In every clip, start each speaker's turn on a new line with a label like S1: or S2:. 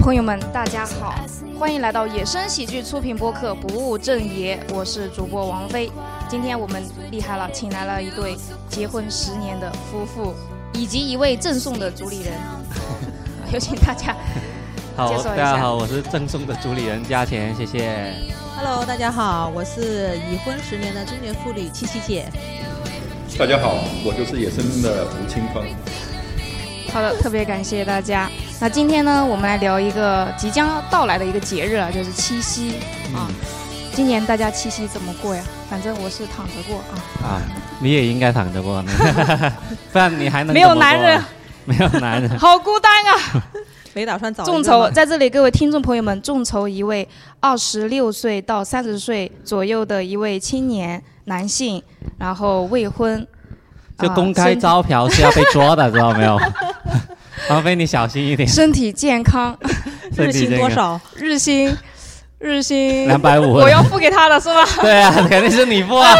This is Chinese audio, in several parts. S1: 朋友们，大家好，欢迎来到野生喜剧出品播客《不务正业》，我是主播王菲。今天我们厉害了，请来了一对结婚十年的夫妇，以及一位赠送的主理人。 有请大家
S2: 好
S1: 介，绍
S2: 大
S1: 一下
S2: 家好，我是赠送的主理人嘉钱，谢谢。
S3: Hello，大家好，我是已婚十年的中年妇女七七姐。
S4: 大家好，我就是野生的吴青峰。
S1: 好的，特别感谢大家。那今天呢，我们来聊一个即将要到来的一个节日啊，就是七夕啊。今年大家七夕怎么过呀？反正我是躺着过啊，
S2: 啊，你也应该躺着 过呢，不然你还能
S1: 没有
S2: 怎么过啊
S1: 男人，。
S2: 没有男人
S1: 好孤单啊。
S3: 没打算找
S1: 众筹在这里，各位听众朋友们，众筹一位二十六岁到三十岁左右的一位青年男性，然后未婚，
S2: 就
S1: 啊
S2: 公开
S1: 身
S2: 招嫖是要被捉的，知道 没有？王菲，你小心一点，
S1: 身体健康，
S2: 身
S3: 日
S2: 体
S3: 薪
S2: 这
S3: 多
S2: 个
S3: 少？
S1: 日薪，日薪，
S2: 两百五。
S1: 我要付给他的是吧？
S2: 对啊，肯定是你付啊。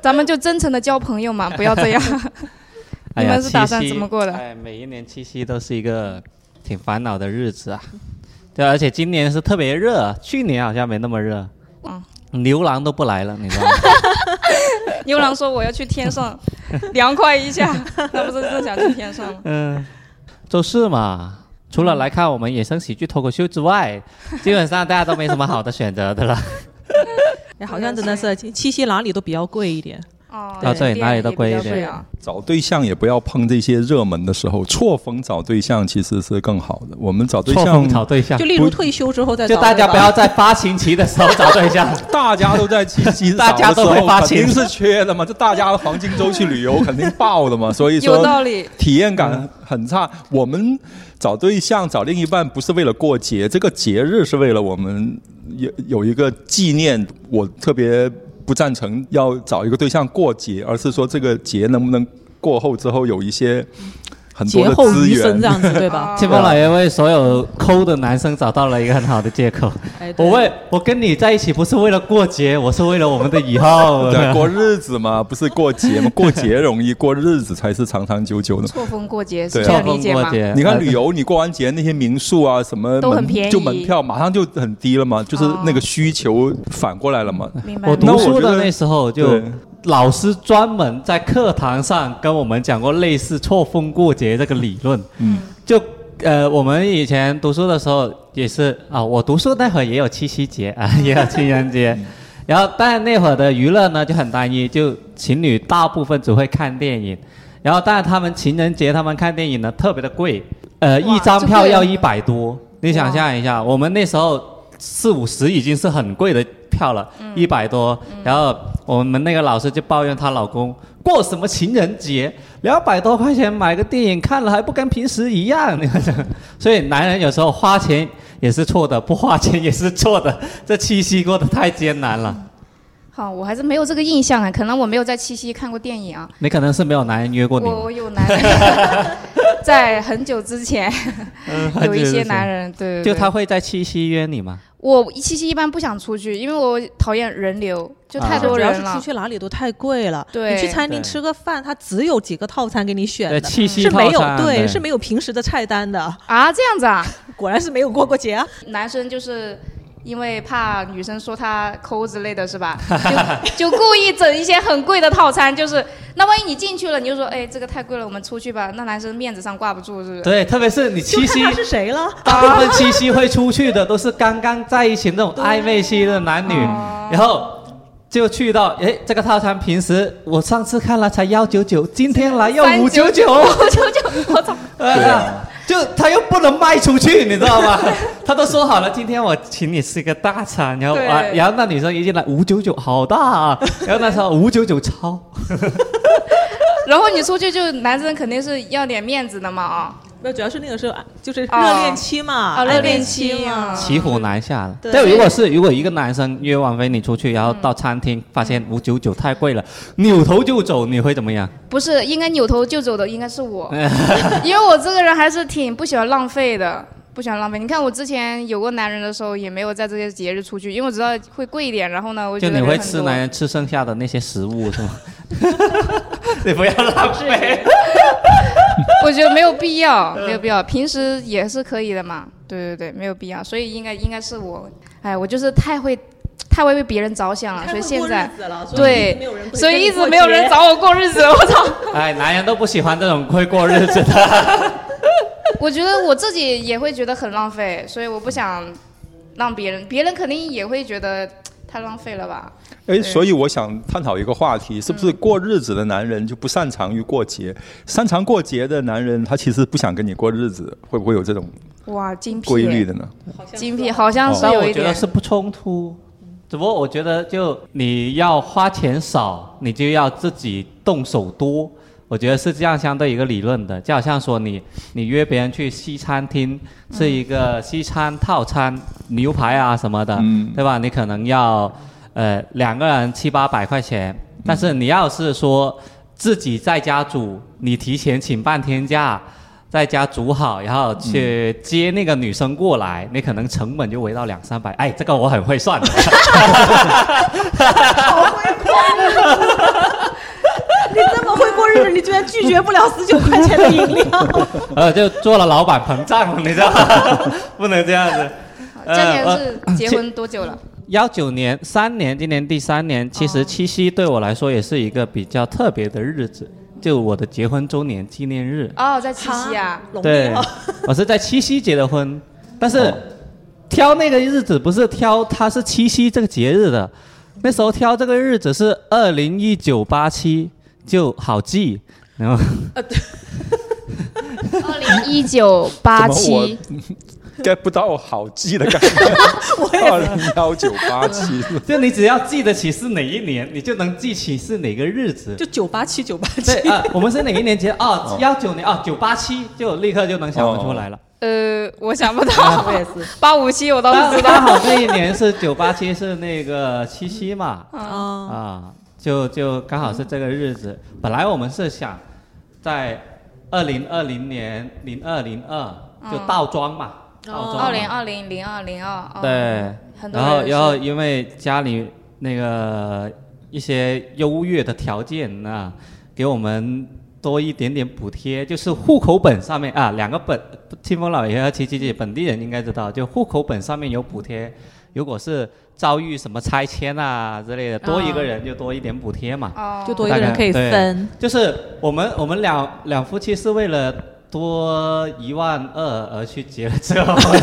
S1: 咱们就真诚的交朋友嘛，不要这样。 你
S2: 哎呀
S1: 们是打算
S2: 七夕
S1: 怎么过的
S2: 哎，每一年七夕都是一个挺烦恼的日子啊。对，而且今年是特别热，去年好像没那么热。
S1: 嗯
S2: 牛郎都不来了，你知道吗？
S1: 牛郎说我要去天上，凉快一下， 那不是正想去天上吗？
S2: 嗯，周四嘛，除了来看我们野生喜剧脱口秀之外，基本上大家都没什么好的选择的了。
S3: 哎好像真的是七夕哪里都比较贵一点。
S1: 哦，
S2: 到这里
S1: 店
S2: 哪里都
S1: 也比较
S2: 贵一点
S1: 啊。
S4: 找对象也不要碰这些热门的时候，错峰找对象其实是更好的。我们找 对
S2: 错峰
S4: 象，
S2: 找对象
S3: 就，例如退休之后再找。
S2: 就大家不要在发情期的时候找对 象。
S4: 大家都在七夕
S2: 大家都
S4: 少的时
S2: 会
S4: 候
S2: 发
S4: 肯
S2: 现
S4: 定是缺的嘛，这大家的黄金周去旅游肯定爆的嘛，所以
S1: 有
S4: 说
S1: 道理，
S4: 体验感很差。我们找对象、找另一半不是为了过节，这个节日是为了我们有有一个纪念。我特别不赞成要找一个对象过节，而是说这个节能不能过后之后有一些很多
S3: 劫
S4: 的
S3: 后
S4: 资
S3: 余生这
S4: 源。
S3: 样子，对吧？
S1: 哦
S2: 清风老爷为所有抠的男生找到了一个很好的借口。
S3: 哎，对
S2: 我为我跟你在一起不是为了过节，我是为了我们的以后。
S4: 对，过日子嘛，不是过节嘛，过节容易，过日子才是长长久久的。
S1: 错峰过节是
S4: 对啊
S1: 这
S2: 错
S1: 样理
S2: 峰
S1: 解
S2: 过
S1: 吗？
S2: 节，
S4: 你看旅游，你过完节那些民宿啊，什么
S1: 都很
S4: 门
S1: 便宜
S4: 就门票马上就很低了嘛，就是那个需求反过来了嘛。
S1: 明白。
S2: 我
S4: 那
S2: 读
S4: 我
S2: 书
S4: 觉
S2: 的
S4: 得
S2: 那时候就
S4: 对。
S2: 老师专门在课堂上跟我们讲过类似错峰过节这个理论。
S4: 嗯，
S2: 就呃，我们以前读书的时候也是啊，我读书那会儿也有七夕节 啊，也有情人节。
S1: 嗯
S2: 然后，当然那会儿的娱乐呢就很单一，就情侣大部分只会看电影。然后，当然他们情人节他们看电影呢特别的贵，呃，
S1: 哇
S2: 一张
S1: 这
S2: 票
S1: 贵啊
S2: 要
S1: 了
S2: 一百多。你想象一下，我们那时候四五十已经是很贵的票了，
S3: 嗯
S2: 一百、多。然后我们那个老师就抱怨她老公过什么情人节，两百多块钱买个电影看了还不跟平时一样， 你看这，所以男人有时候花钱也是错的，不花钱也是错的，这七夕过得太艰难了。
S3: 嗯
S1: 好，我还是没有这个印象啊，可能我没有在七夕看过电影啊。
S2: 你可能是没有男人约过你吧，
S1: 我我有男 人，在很久之前有一些男人，对对
S2: 就
S1: 对
S2: 他会在七夕约你吗？
S1: 我七夕一般不想出去，因为我讨厌人流，就
S2: 啊
S1: 太多
S3: 主要
S1: 人
S3: 是
S1: 了。
S3: 出去哪里都太贵了。
S1: 对
S3: 你去餐
S2: 对
S3: 厅吃个饭，它只有几个套餐给你选
S2: 对，
S3: 的，
S2: 七夕
S3: 是没有
S2: 套餐
S3: 对，是没有平时的菜单的。
S1: 啊，这样子啊，
S3: 果然是没有过过节啊！
S1: 男生就是。因为怕女生说他抠之类的是吧？就就故意整一些很贵的套餐，就是那万一你进去了，你就说哎这个太贵了，我们出去吧。那男生面子上挂不住是不是？
S2: 对，特别是你
S3: 就
S2: 七
S3: 看
S2: 夕
S3: 他是谁了。
S2: 大部分七夕会出去的都是刚刚在一起那种暧昧期的男女，然后就去到诶，这个套餐平时我上次看了才幺九九，今天来要五九九，
S1: 五九九， 我操！
S4: 对
S2: 呃
S4: 啊，
S2: 就他又不能卖出去，你知道吗？他都说好了，今天我请你吃个大餐，然后
S1: 对
S2: 啊，然后那女生一进来五九九好大啊，然后那时候五九九超，
S1: 然后你出去就男生肯定是要点面子的嘛啊、
S3: 那主要是那个时候啊就是热
S1: 哦
S3: 恋期
S1: 哦
S3: 嘛，暧
S1: 热
S3: 昧
S1: 恋期
S3: 期嘛
S1: 啊，
S2: 骑虎难下了。
S3: 对
S2: 但如果是如果一个男生约王菲你出去，然后到餐厅发现五九九太贵了，扭头就走，你会怎么样？
S1: 不是，应该扭头就走的应该是 我，因为我这个人还是挺不喜欢浪费的，不喜欢浪费。你看我之前有过男人的时候，也没有在这些节日出去，因为我知道会贵一点。然后呢，我
S2: 就
S1: 觉得
S2: 你
S1: 人
S2: 会
S1: 很
S2: 吃
S1: 多
S2: 男人吃剩下的那些食物是吗？你不要浪费。
S1: 我觉得没有必要，没有必要，平时也是可以的嘛。对对对，没有必要，所以应该应该是我，哎，我就是太会太会为别人着想了，啊所以现在对，所以一直没有人找我过日子，我操！
S2: 哎，男人都不喜欢这种会过日子的。
S1: 我觉得我自己也会觉得很浪费，所以我不想让别人，别人肯定也会觉得太浪费了吧。
S4: 哎，所以我想探讨一个话题，是不是过日子的男人就不擅长于过节？擅长过节的男人，他其实不想跟你过日子，会不会有这种
S1: 哇，精辟
S4: 规律的呢？
S1: 精 辟好像是
S2: 但
S1: 有
S2: 我
S1: 一
S2: 觉
S1: 点
S2: 得，是不冲突，只不过我觉得就你要花钱少，你就要自己动手多。我觉得是这样相对一个理论的，就好像说你你约别人去西餐厅吃一个西餐套餐牛排啊什么的，
S4: 嗯
S2: 对吧？你可能要呃两个人七八百块钱，但是你要是说自己在家煮，你提前请半天假。在家煮好，然后去接那个女生过来，你可能成本就围到两三百。哎，这个我很会算的。
S3: 你这么会过日子，你居然拒绝不了十九块钱的饮 料？
S2: 呃，就做了老板膨胀了，你知道 吗？不能这样子。
S1: 这
S2: 呃
S1: 年是结
S2: 其
S1: 婚多久了？
S2: 幺九年三年，今年第三年，
S1: 哦
S2: 其实七夕对我来说也是一个比较特别的日子，就我的结婚周年纪念日。
S1: 哦，在七夕啊，
S3: 龙
S2: 对
S3: 庙，
S2: 我是在七夕结的婚，但是挑那个日子不是挑它是七夕这个节日的，那时候挑这个日子是二零一九八七，就好记。然后
S1: 二零一九八
S4: 怎么我
S1: 七，
S4: get 不到好记的感觉。二零幺九八七，
S2: 就你只要记得起是哪一年，你就能记起是哪个日子。
S3: 就九八七九八七
S2: 对。啊、我们是哪一年结？哦，幺九年哦，九八七就立刻就能想得出来了。
S1: 呃，我想不
S4: 啊
S1: 到，
S3: 我也是
S1: 八五七我倒
S2: 刚
S1: 是知
S2: 刚
S1: 道。
S2: 好这一年是九八七，是那个七夕嘛。
S1: 嗯
S3: 啊，
S2: 啊，就就刚好是这个日子。本来我们是想在二零二零年零二零二就倒装嘛，倒
S1: 二
S2: 装
S1: 零
S2: 嘛。
S1: 二零零二零二，哦
S2: 对，
S1: 很多
S2: 然后
S1: 人是
S2: 然后因为家里那个一些优越的条件啊，给我们多一点点补贴，就是户口本上面啊，两个本，清风老爷和齐琪姐本地人应该知道，就户口本上面有补贴，如果是遭遇什么拆迁啊之类的，多一个人就多一点补贴嘛。
S1: 哦，
S3: 就多一个人可以 分，
S2: 就是我们我们两两夫妻是为了多一万二而去结了 这个婚。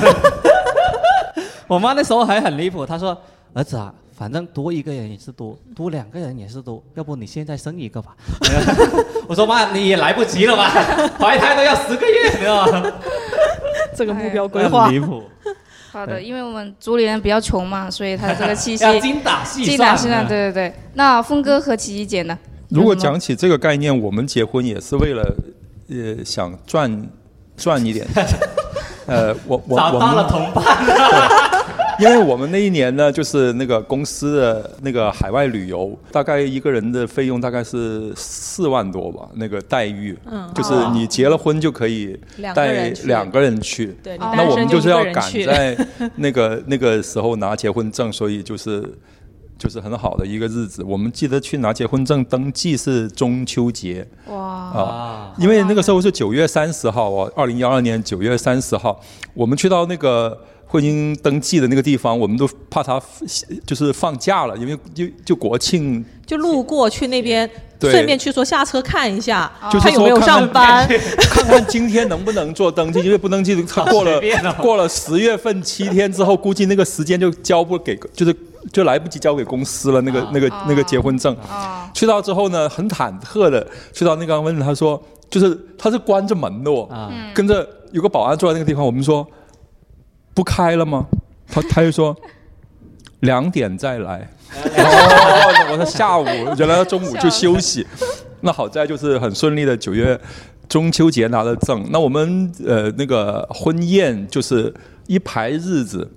S2: 我妈那时候还很离谱，她说：“儿子啊，反正多一个人也是多，多两个人也是多，要不你现在生一个吧？” 我说：“妈，你也来不及了 吧，怀胎都要十个月，你知道吗
S3: 这个目
S1: 啊
S3: 标？”规划
S2: 很离谱，
S1: 好的，因为我们族里人比较穷嘛，所以他这个气息
S2: 要精打细算。啊
S1: 精打细算。对对对，那峰哥和琪琪姐呢？
S4: 如果
S1: 有什么
S4: 讲起这个概念，我们结婚也是为了呃想赚赚一点。呃，我我
S2: 找
S4: 我
S2: 到
S4: 们
S2: 了同伴，
S4: 因为我们那一年呢，就是那个公司的那个海外旅游，大概一个人的费用大概是四万多吧，那个待遇，嗯，就是你结了婚就可以
S3: 两个
S4: 带
S3: 人去
S4: 两个人去，
S3: 对你
S1: 哦
S4: 那
S3: 单
S4: 我
S3: 身
S4: 们就是
S3: 一个
S4: 要
S3: 人
S4: 赶
S3: 去
S4: 在 那个那个时候拿结婚证，所以就是就是很好的一个日子。我们记得去拿结婚证登记是中秋节，
S1: 哇，
S2: 啊，
S4: 因为那个时候是九月三十号哦，二零幺二年九月三十号，我们去到那个婚姻登记的那个地方，我们都怕他就是放假了，因为就就国庆，
S3: 就路过去那边，
S4: 对
S3: 顺便去说下车看一下
S1: 啊
S4: 就是
S3: 他有没有
S4: 说看
S3: 上班，
S4: 看看今天能不能做登记，因为不登记，他过
S2: 随
S4: 了
S2: 便哦
S4: 过了十月份七天之后，估计那个时间就交不给，就是就来不及交给公司了，那个那个
S2: 啊
S4: 那个结婚证。
S1: 哦，
S4: 去到之后呢，很忐忑的去到那个问他说，就是他是关着门的哦，
S2: 啊
S4: 跟着有个保安坐在那个地方，我们说不开了吗？他他就说两点再来。哦，我说下午，原来他中午就休息。那好在就是很顺利的九月中秋节拿了证。那我们呃那个婚宴就是一排日子，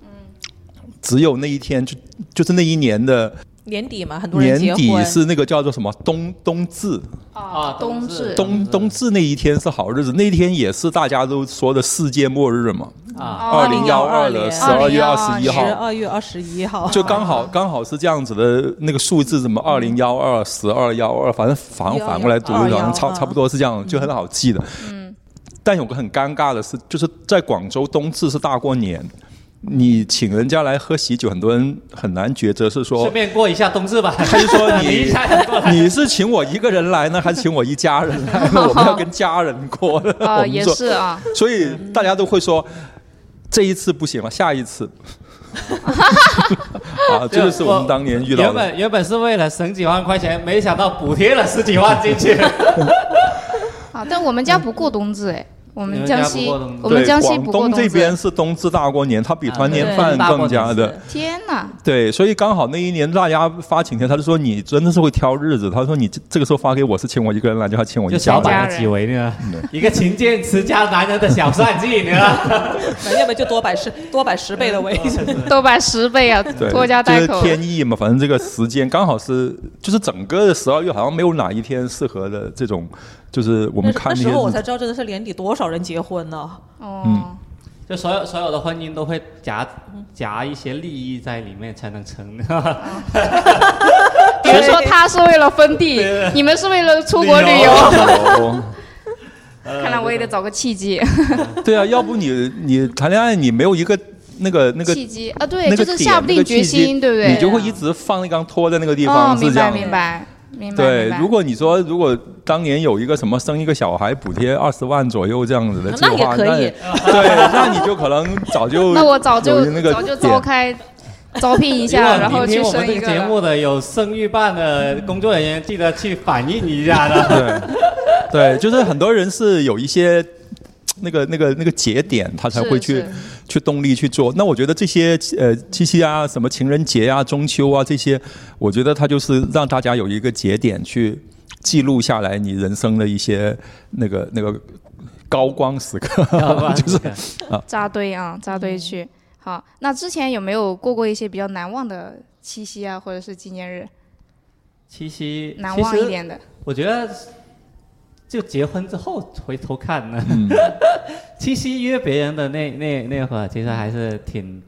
S4: 只有那一天就就是那一年的
S3: 年底嘛，很多人
S4: 年
S3: 结
S4: 底
S3: 婚，
S4: 是那个叫做什么冬冬至，
S1: 哦，冬至，
S3: 嗯
S4: 冬冬至那一天是好日子，那一天也是大家都说的世界末日嘛，
S2: 啊，
S1: 哦
S4: 二零幺二
S3: 2012
S4: 的
S3: 年
S4: 十二月二
S1: 2012
S4: 十一
S3: 十
S4: 号，
S3: 二月二十一号，
S4: 就刚好刚好是这样子的那个数字，什么二零幺二、十二幺二，反正反
S3: 12
S4: 反过来读，
S3: 12
S4: 然后差
S3: 12嗯
S4: 差不多是这样，就很好记的。但有个很尴尬的是，就是在广州冬至是大过年，你请人家来喝喜酒，很多人很难抉择，是说
S2: 顺便过一下冬至吧。
S4: 他就说你
S2: 一下子过 来，
S4: 你是请我一个人来呢，还是请我一家人来呢？我们要跟家人过。我
S1: 啊，
S4: 们
S1: 也
S4: 说，
S1: 是啊，
S4: 所以大家都会说，这一次不行了，下一 次。啊，这就是我们当年遇到
S2: 原
S4: 的。
S2: 本原本是为了省几万块钱，没想到补贴了十几万进去。
S1: 啊，但我们家不过冬至哎，我
S2: 你
S1: 们
S2: 们
S1: 江
S2: 家
S1: 西
S2: 不过冬至
S1: 我们
S4: 对
S1: 江西
S4: 广
S1: 不过
S4: 东
S1: 冬
S4: 这
S1: 至
S4: 边，是冬至大过年，它比团年
S2: 啊
S4: 饭
S2: 对
S4: 更加
S2: 大过
S4: 的。
S1: 天哪，
S4: 对，所以刚好那一年大家发请帖，他就说你真的是会挑日子。他说你这这个时候发给我是请我一个人来，就还 请我一
S2: 就
S4: 家
S2: 小
S4: 人。
S2: 摆了几围呢？ 一个勤俭持家男人的小算计，你知 道吗？
S3: 要么就多摆十多摆十倍的位置。
S1: 都摆十倍啊，
S4: 对，
S1: 拖家带口
S4: 就是，天意嘛，反正这个时间刚好是，就是整个的十二月好像没有哪一天适合的这种，就是我们
S3: 那那
S4: 看那
S3: 时
S4: 些
S3: 候我才
S4: 日，
S3: 知道，真的是年底多少人结婚呢？
S4: 嗯
S1: 哦，
S2: 就所有所有的婚姻都会夹夹一些利益在里面才能成。
S1: 比如说他是为了分地，你们是为了出国旅游，
S4: 哦啊
S1: 看来我也得找个契机，
S4: 对啊，要不你你谈恋爱你没有一个那个那 个
S1: 契机啊，对，
S4: 那
S1: 就
S4: 个
S1: 是
S4: 点
S1: 下不
S4: 那
S1: 定
S4: 个
S1: 决
S4: 契机
S1: 心，对不
S4: 你就
S1: 对？
S4: 会一直放一缸拖在那个地
S1: 哦，
S4: 方，是
S1: 明
S4: 这
S1: 白
S4: 样。
S1: 明白明白，
S4: 对
S1: 明，白
S4: 如果你说如果当年有一个什么生一个小孩补贴二十万左右这样子的计
S3: 那也
S4: 划，
S3: 可以
S4: 那对，那你就可能早就
S1: 那我早就
S4: 有那个
S1: 早就
S4: 点
S1: 召 开招聘一
S2: 如果
S1: 下，然后
S2: 你听
S1: 去
S2: 我们
S1: 生
S2: 这
S1: 一
S2: 个
S1: 个
S2: 节
S1: 了
S2: 目的有生育办的工作人员，记得去反映一下 的。
S4: 对，对，就是很多人是有一些那个、那个、那个节点，他才会
S1: 是
S4: 去
S1: 是
S4: 去动力去做。那我觉得这些呃七夕啊、什么情人节啊、中秋啊这些，我觉得它就是让大家有一个节点去记录下来你人生的一些那个那个高光时刻， 就是
S1: 扎堆啊，扎
S2: 嗯
S1: 堆去。好，那之前有没有过过一些比较难忘的七夕啊，或者是纪念日，
S2: 七夕，
S1: 难
S2: 其
S1: 忘一
S2: 实
S1: 点的？
S2: 我觉得就结婚之后回头看呢， 七夕约别人的那那那会儿，其实还是挺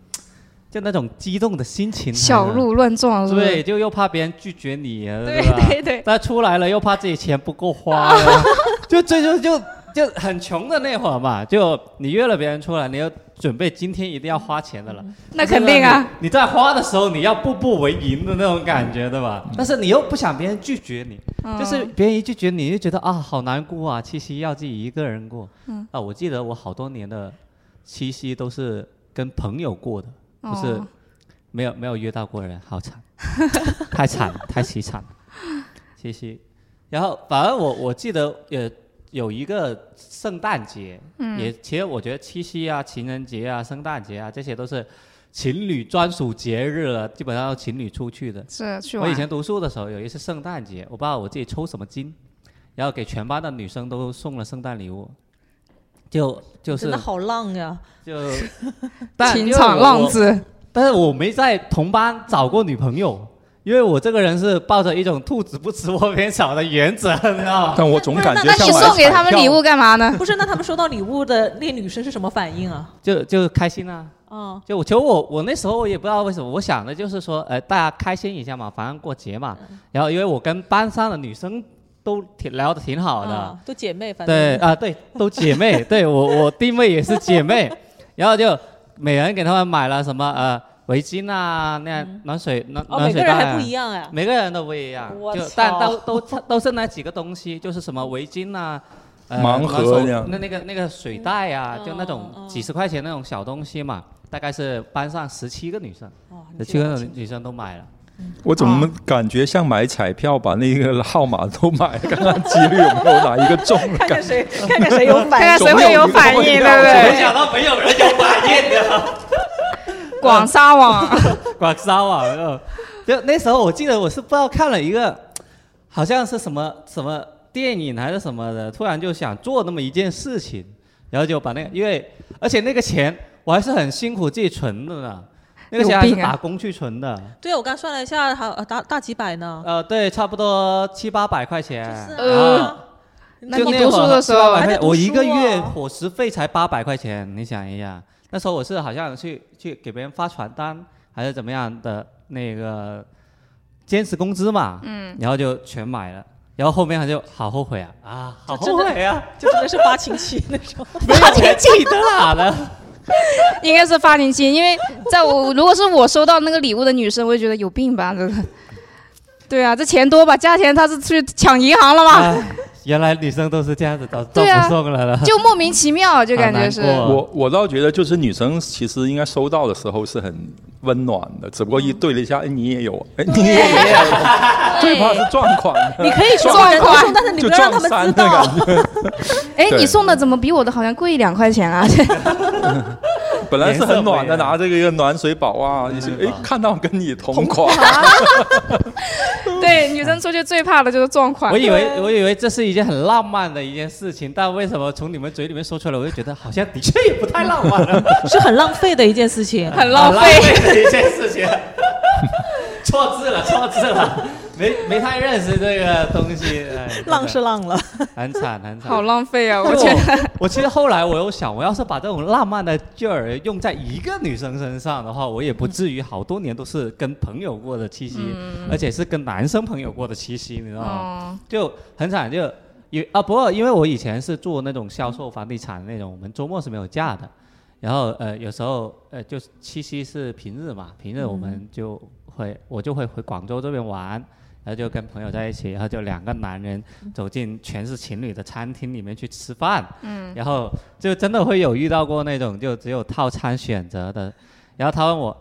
S2: 就那种激动的心情，啊
S1: 小鹿乱撞是不
S2: 对，
S1: 是？
S2: 就又怕别人拒绝你啊，
S1: 对
S2: 吧？
S1: 对对
S2: 但出来了又怕自己钱不够花呀， 就这就就就很穷的那会儿嘛，就你约了别人出来，你要准备今天一定要花钱的了，
S1: 那肯定啊，
S2: 你在花的时候，你要步步为营的那种感觉，对吧？但是你又不想别人拒绝你，
S1: 嗯
S2: 就是别人一拒绝你，就觉得啊，好难过啊，七夕要自己一个人过。
S1: 嗯
S2: 啊，我记得我好多年的七夕都是跟朋友过的，不是
S1: 哦
S2: 没有没有约到过人，好惨， 太惨 了，太凄惨了，七夕。然后反而我我记得也有一个圣诞节，
S1: 嗯
S2: 也其实我觉得七夕啊、情人节啊、圣诞节啊，这些都是情侣专属节日了，基本上要情侣出去的。
S1: 是去
S2: 我
S1: 玩
S2: 以前读书的时候，有一次圣诞节，我不知道我自己抽什么筋，然后给全班的女生都送了圣诞礼物，就就
S3: 真
S2: 是
S3: 的好浪呀！
S2: 就，但
S1: 情
S2: 因为
S1: 场
S2: 我
S1: 浪，子，
S2: 但是我没在同班找过女朋友。因为我这个人是抱着一种兔子不吃窝边草的原则，你知道吗？
S4: 但我总感觉
S3: 那
S1: 那
S4: 像
S1: 你
S4: 买
S1: 送给
S4: 彩
S1: 他们
S4: 票
S1: 礼物干嘛 呢？
S3: 不是，那他们收到礼物的那女生是什么反应啊？
S2: 就就开心啊，
S3: 嗯，
S2: 就我，其实我我那时候我也不知道为什么，我想的就是说，呃，大家开心一下嘛，反正过节嘛。然后因为我跟班上的女生都挺聊得挺好的，
S3: 啊，都姐妹，反
S2: 对
S3: 正
S2: 啊，对，都姐 妹，对我我弟妹也是姐妹，然后就每人给他们买了什么呃围巾啊，那样暖水暖
S3: 哦，
S2: 暖
S3: 每
S2: 水
S3: 个
S2: 袋
S3: 人
S2: 啊
S3: 还不一样哎。
S2: 每个人都不一样，
S3: 我
S2: 就
S3: 操
S2: 但都都都是那几个东西，就是什么围巾啊。呃
S4: 盲盒
S2: 暖手
S4: 那样
S2: 那那个那个水袋啊，
S3: 嗯
S2: 就那种
S3: 嗯嗯
S2: 几十块钱那种小东西嘛，大概是班上十七个女生，
S3: 哦
S2: 十
S3: 你
S2: 七
S3: 觉
S2: 嗯
S3: 得
S2: 个
S3: 挺
S2: 女生都买了。
S4: 我怎么感觉像买彩票把那个号码都买，看看几率有没有哪一个中了？
S3: 看 看
S4: 感
S3: 谁，看看谁有反应。
S1: 看看谁会有反应，对不
S2: 没
S1: 对？
S2: 想到没有人有反应的，
S1: 广撒网，
S2: 广招啊！嗯就那时候我记得我是不知道看了一个，好像是什么什么电影还是什么的，突然就想做那么一件事情，然后就把那个，因为而且那个钱我还是很辛苦自己存的呢，那个钱还
S1: 有
S2: 是
S1: 病啊
S2: 打工去存的，
S3: 对，我刚算了一下，还有呃大大几百呢。
S2: 呃，对，差不多七八百块钱，
S3: 就是
S1: 啊
S2: 啊
S1: 那
S2: 就
S1: 你
S2: 那
S1: 读
S2: 会
S1: 书
S2: 儿
S1: 的时候
S2: 700块
S3: 还在
S2: 钱
S3: 读
S2: 我一
S3: 书
S2: 个
S3: 啊
S2: 月
S1: 哦
S2: 伙食费才八百块钱，你想一下，那时候我是好像去去给别人发传单还是怎么样的那个兼职工资嘛，嗯，然后就全买了，然后后面他就好后悔啊啊，好后 悔啊，
S3: 就真的是发情期那 种。
S2: 没有钱记得
S1: 啊
S2: 哪 了？
S1: 应该是发情期，因为在我如果是我收到那个礼物的女生，我会觉得有病吧，这个。对啊，这钱多吧？价钱他是去抢银行了吗？
S2: 啊，原来女生都是这样子，早早
S1: 对啊
S2: 不送了了。
S1: 就莫名其妙，就
S2: 好
S1: 感觉
S2: 难
S1: 是。
S3: 啊
S2: 过
S4: 我我倒觉得，就是女生其实应该收到的时候是很温暖的，只不过一对了一下，
S3: 嗯
S4: 哎，你也有，哎，你也有，
S1: 哎
S4: 最怕是状况。
S3: 你可以说
S1: 撞
S3: 人都
S1: 款
S3: 送，但是你
S4: 就
S3: 不要让
S4: 撞
S3: 他们
S4: 衫
S3: 知
S4: 的
S3: 道。
S4: 感觉，
S1: 哎，
S4: 对
S1: 你送的怎么比我的好像贵一两块钱啊？
S4: 本来是很暖
S2: 颜色不
S4: 的，
S2: 一样
S4: 拿这个一个暖水宝啊，
S3: 嗯
S4: 一些哎，看到跟你同款，
S1: 对，女生出去最怕的就是撞款
S2: 我。以
S1: 啊
S2: 为我以为这是一件很浪漫的一件事情，但为什么从你们嘴里面说出来，我就觉得好像的确也不太浪漫啊了，
S3: 是很浪费的一件事 情。
S1: 很浪
S2: 啊费
S1: 费，
S2: 的一件事情。 错字了，错字了，没没太认识这个东西。哎真的
S3: 浪是浪了，
S2: 很惨很惨。
S1: 好浪费啊！我
S2: 就
S1: 觉得
S2: 我其实后来我又想，我要是把这种浪漫的劲儿用在一个女生身上的话，我也
S1: 嗯
S2: 不至于好多年都是跟朋友过的七夕，而且是跟男生朋友过的七夕，你知道吗？
S1: 哦，
S2: 就很惨，就有啊，不过因为我以前是做那种销售房地产的那种，我们周末是没有假的，然后呃有时候呃就是七夕是平日嘛，平日我们就会、我就会回广州这边玩。然后就跟朋友在一起，然后就两个男人走进全是情侣的餐厅里面去吃饭，嗯，然后就真的会有遇到过那种就只有套餐选择的，然后他问我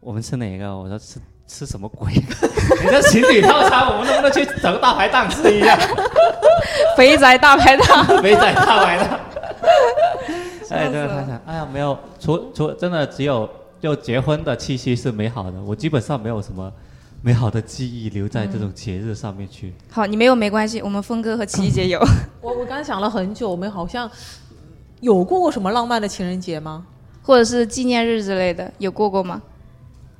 S2: 我们吃哪个，我说吃吃什么鬼？你这情侣套餐，我们能不能去整个大排档吃一 下？
S1: 肥宅大排档，
S2: 没在大排 档。哎，
S1: 笑死
S2: 真的
S1: 了
S2: 太惨！哎呀，没有，除除真的只有就结婚的气息是美好的，我基本上没有什么美好的记忆留在这种节日上面去。
S1: 好，你没有没关系，我们峰哥和琪琪姐有。
S3: 我我刚想了很久，我们好像有过过什么浪漫的情人节吗？
S1: 或者是纪念日之类的，有过过吗？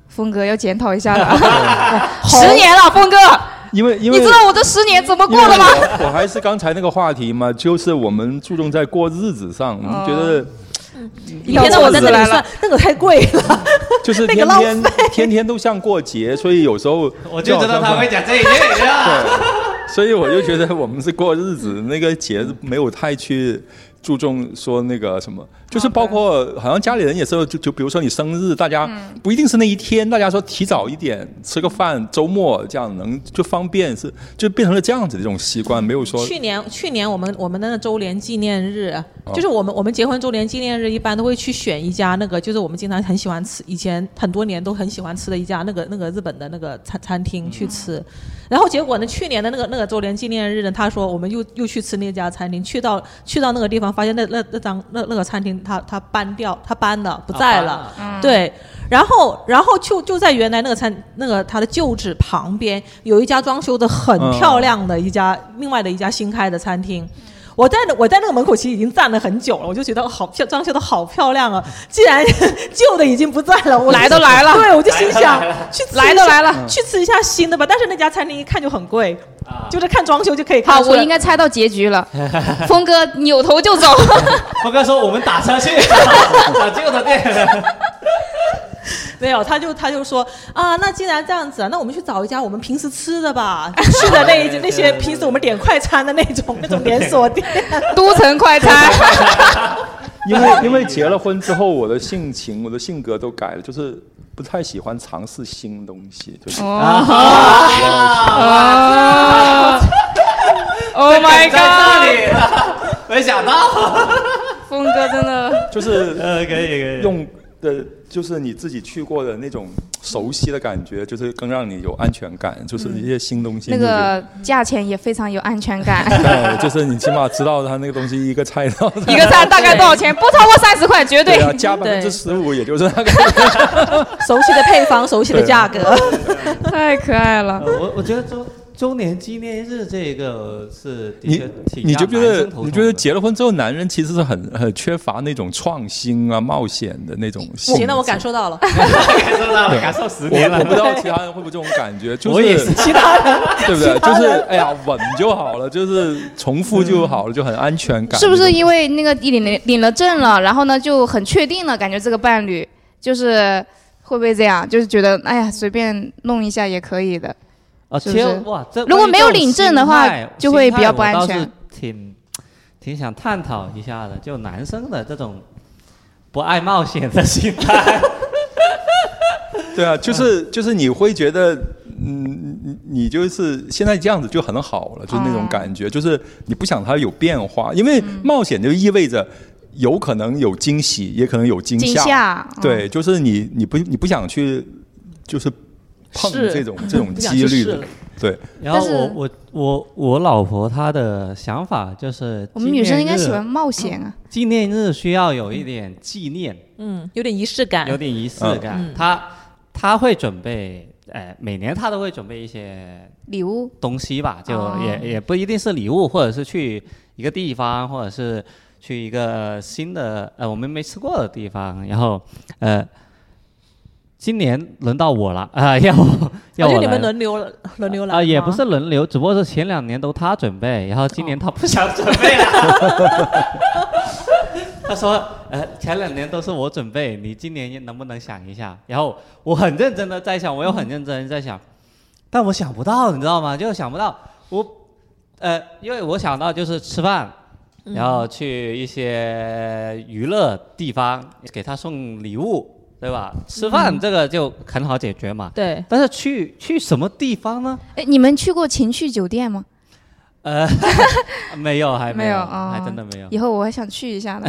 S1: 峰哥要检讨一下了啊，十年了，峰哥，
S4: 因为因
S1: 你
S4: 为
S1: 知道我这十年怎么
S4: 因为
S1: 过的吗？
S4: 我我还是刚才那个话题嘛，就是我们注重在过日子上，我们
S3: 嗯
S4: 觉得
S3: 一天到晚在那里算，那个太贵了。
S4: 就是
S3: 那个
S4: 天
S3: 浪
S4: 天天天都像过节，所以有时候
S2: 我就知道他会
S4: 会，
S2: 讲这一句，你知 道吗
S4: 对，所以我就觉得我们是过日子，那个节没有太去。注重说那个什么，就是包括好像家里人也是，就就比如说你生日，大家不一定是那一天，大家说提早一点吃个饭，周末这样能就方便是，就变成了这样子的一种习惯，没有说
S3: 嗯去年去年我们我们那个周年纪念日，就是我们我们结婚周年纪念日，一般都会去选一家那个，就是我们经常很喜欢吃，以前很多年都很喜欢吃的一家那个那个日本的那个餐餐厅去吃。然后结果呢，去年的那个那个周年纪念日呢，他说我们又又去吃那家餐厅，去到去到那个地方，发现那那那张那那个餐厅他他搬掉，他搬了不在了。
S2: 啊
S3: 对，然后然后就就在原来那个餐那个它的旧址旁边有一家装修的很
S4: 嗯
S3: 漂亮的一家、另外的一家新开的餐厅。我在那我在那个门口其实已经站了很久了，我就觉得好漂装修的好漂亮啊！既然 旧的已经不在了，我
S1: 来都来了
S3: 对我就心想去吃一
S1: 来都
S3: 下
S1: 来了
S3: 去吃一下新的吧。但是那家餐厅一看就很贵，
S2: 啊
S3: 就是看装修就可以看
S1: 好，
S3: 得出
S1: 我
S3: 来。
S1: 应该猜到结局了。峰哥扭头就走，
S2: 峰哥说我们打车去 找旧的店。
S3: 没有，他就他就说啊，那既然这样子啊，那我们去找一家我们平时吃的吧，去的那一那些平时我们点快餐的那种那种连锁店。
S1: 都城快餐。
S4: 因为因为结了婚之后，我的性情、我的性格都改了，就是不太喜欢尝试新东西，就是
S1: 哦，Oh my
S2: 在这
S1: god！
S2: 里， 没想到。
S1: 峰哥真的，
S4: 就是
S2: 呃，可以可以。
S4: 用的就是你自己去过的那种熟悉的感觉，就是更让你有安全感，就是一些新东西。
S1: 那
S4: 你就
S1: 个价钱也非常有安全感。
S4: 对，就是你起码知道它那个东西一个菜刀，
S1: 一个餐大概多少钱？不超过三十块，绝对
S4: 对。啊，加百分之十五，也就是那个。
S3: 熟悉的配方，熟悉的价格。
S4: 哦
S1: 太可爱了。
S2: 呃我我觉得周周年纪念日这个是的
S4: 你
S2: 确 挺
S4: 你觉
S2: 让
S4: 不觉
S2: 男
S4: 得
S2: 生头
S4: 你
S2: 痛
S4: 觉得
S2: 的
S4: 结了婚之后，男人其实是很很缺乏那种创新啊、冒险的那种性格。
S3: 行，那我感受到了，
S2: 感受到了，感受十
S4: 我
S2: 年了
S4: 我
S1: 哦
S4: 不。知道其他人会不会这种感觉，就是
S2: 我也是
S3: 其他人
S4: 对不对？就是哎呀，稳就好了，就是重复就好了，就很安全感。
S1: 是不是因为那个领了领了证了，然后呢就很确定了，感觉这个伴侣就是会不会这样，就是觉得哎呀随便弄一下也可以的，
S2: 啊，
S1: 是不
S2: 贴
S1: 是
S2: 哇，这
S1: 如果没有领证的话
S2: 关于这
S1: 就
S2: 种心态
S1: 会比较不安全。
S2: 心态我倒是挺挺想探讨一下的，就男生的这种不爱冒险的心 态。
S4: 对啊，就是
S3: 嗯
S4: 就是你会觉得，嗯，你你就是现在这样子就很好了，就是那
S3: 哦
S4: 种感觉，就是你不想它有变化，因为
S3: 嗯
S4: 冒险就意味着有可能有惊喜，也可能有惊吓。
S1: 惊吓，嗯
S3: 哦
S4: 对，就是你你不你不想去，就是 碰
S3: 是
S4: 这种这 种
S3: 不想
S4: 几
S3: 去
S4: 率
S3: 试
S4: 的
S3: 了，
S4: 对。
S2: 然后
S1: 但
S2: 我
S1: 是
S2: 我我我老婆她的想法就是，
S1: 我们女生应该喜欢冒险啊。
S2: 纪念日需要有一点纪念，
S3: 嗯，有点仪式感，
S2: 有点仪式感。
S3: 嗯
S2: 她她会准备，呃，每年她都会准备一些
S1: 礼物
S2: 东西吧，就
S1: 哦
S2: 也、也不一定是礼物，或者是去一个地方，或者是去一个新的呃我们没吃过的地方。然后呃，今年轮到我了啊、要我要
S3: 啊就
S2: 我
S3: 你们
S2: 来。
S3: 轮流了，轮流来
S2: 啊、也不
S3: 吗哦
S2: 是轮流，只不过是前两年都他准备，然后今年他不想准备了。 他说：“呃，前两年都是我准备，你今年能不能想一下？”然后我很认真的在想，我又很认真地在想，但我想不到，你知道吗？就想不到我，呃，因为我想到就是吃饭，然
S3: 嗯
S2: 后去一些娱乐地方给他送礼物，对吧？吃
S3: 嗯
S2: 饭这个就很好解决嘛。
S3: 对，
S2: 但是去去什么地方呢？
S1: 哎，你们去过情趣酒店吗？
S2: 呃， 没有，还
S1: 没有
S2: 有，
S1: 哦
S2: 还真的
S3: 啊
S2: 没有。
S1: 以后我还想去一 下呢。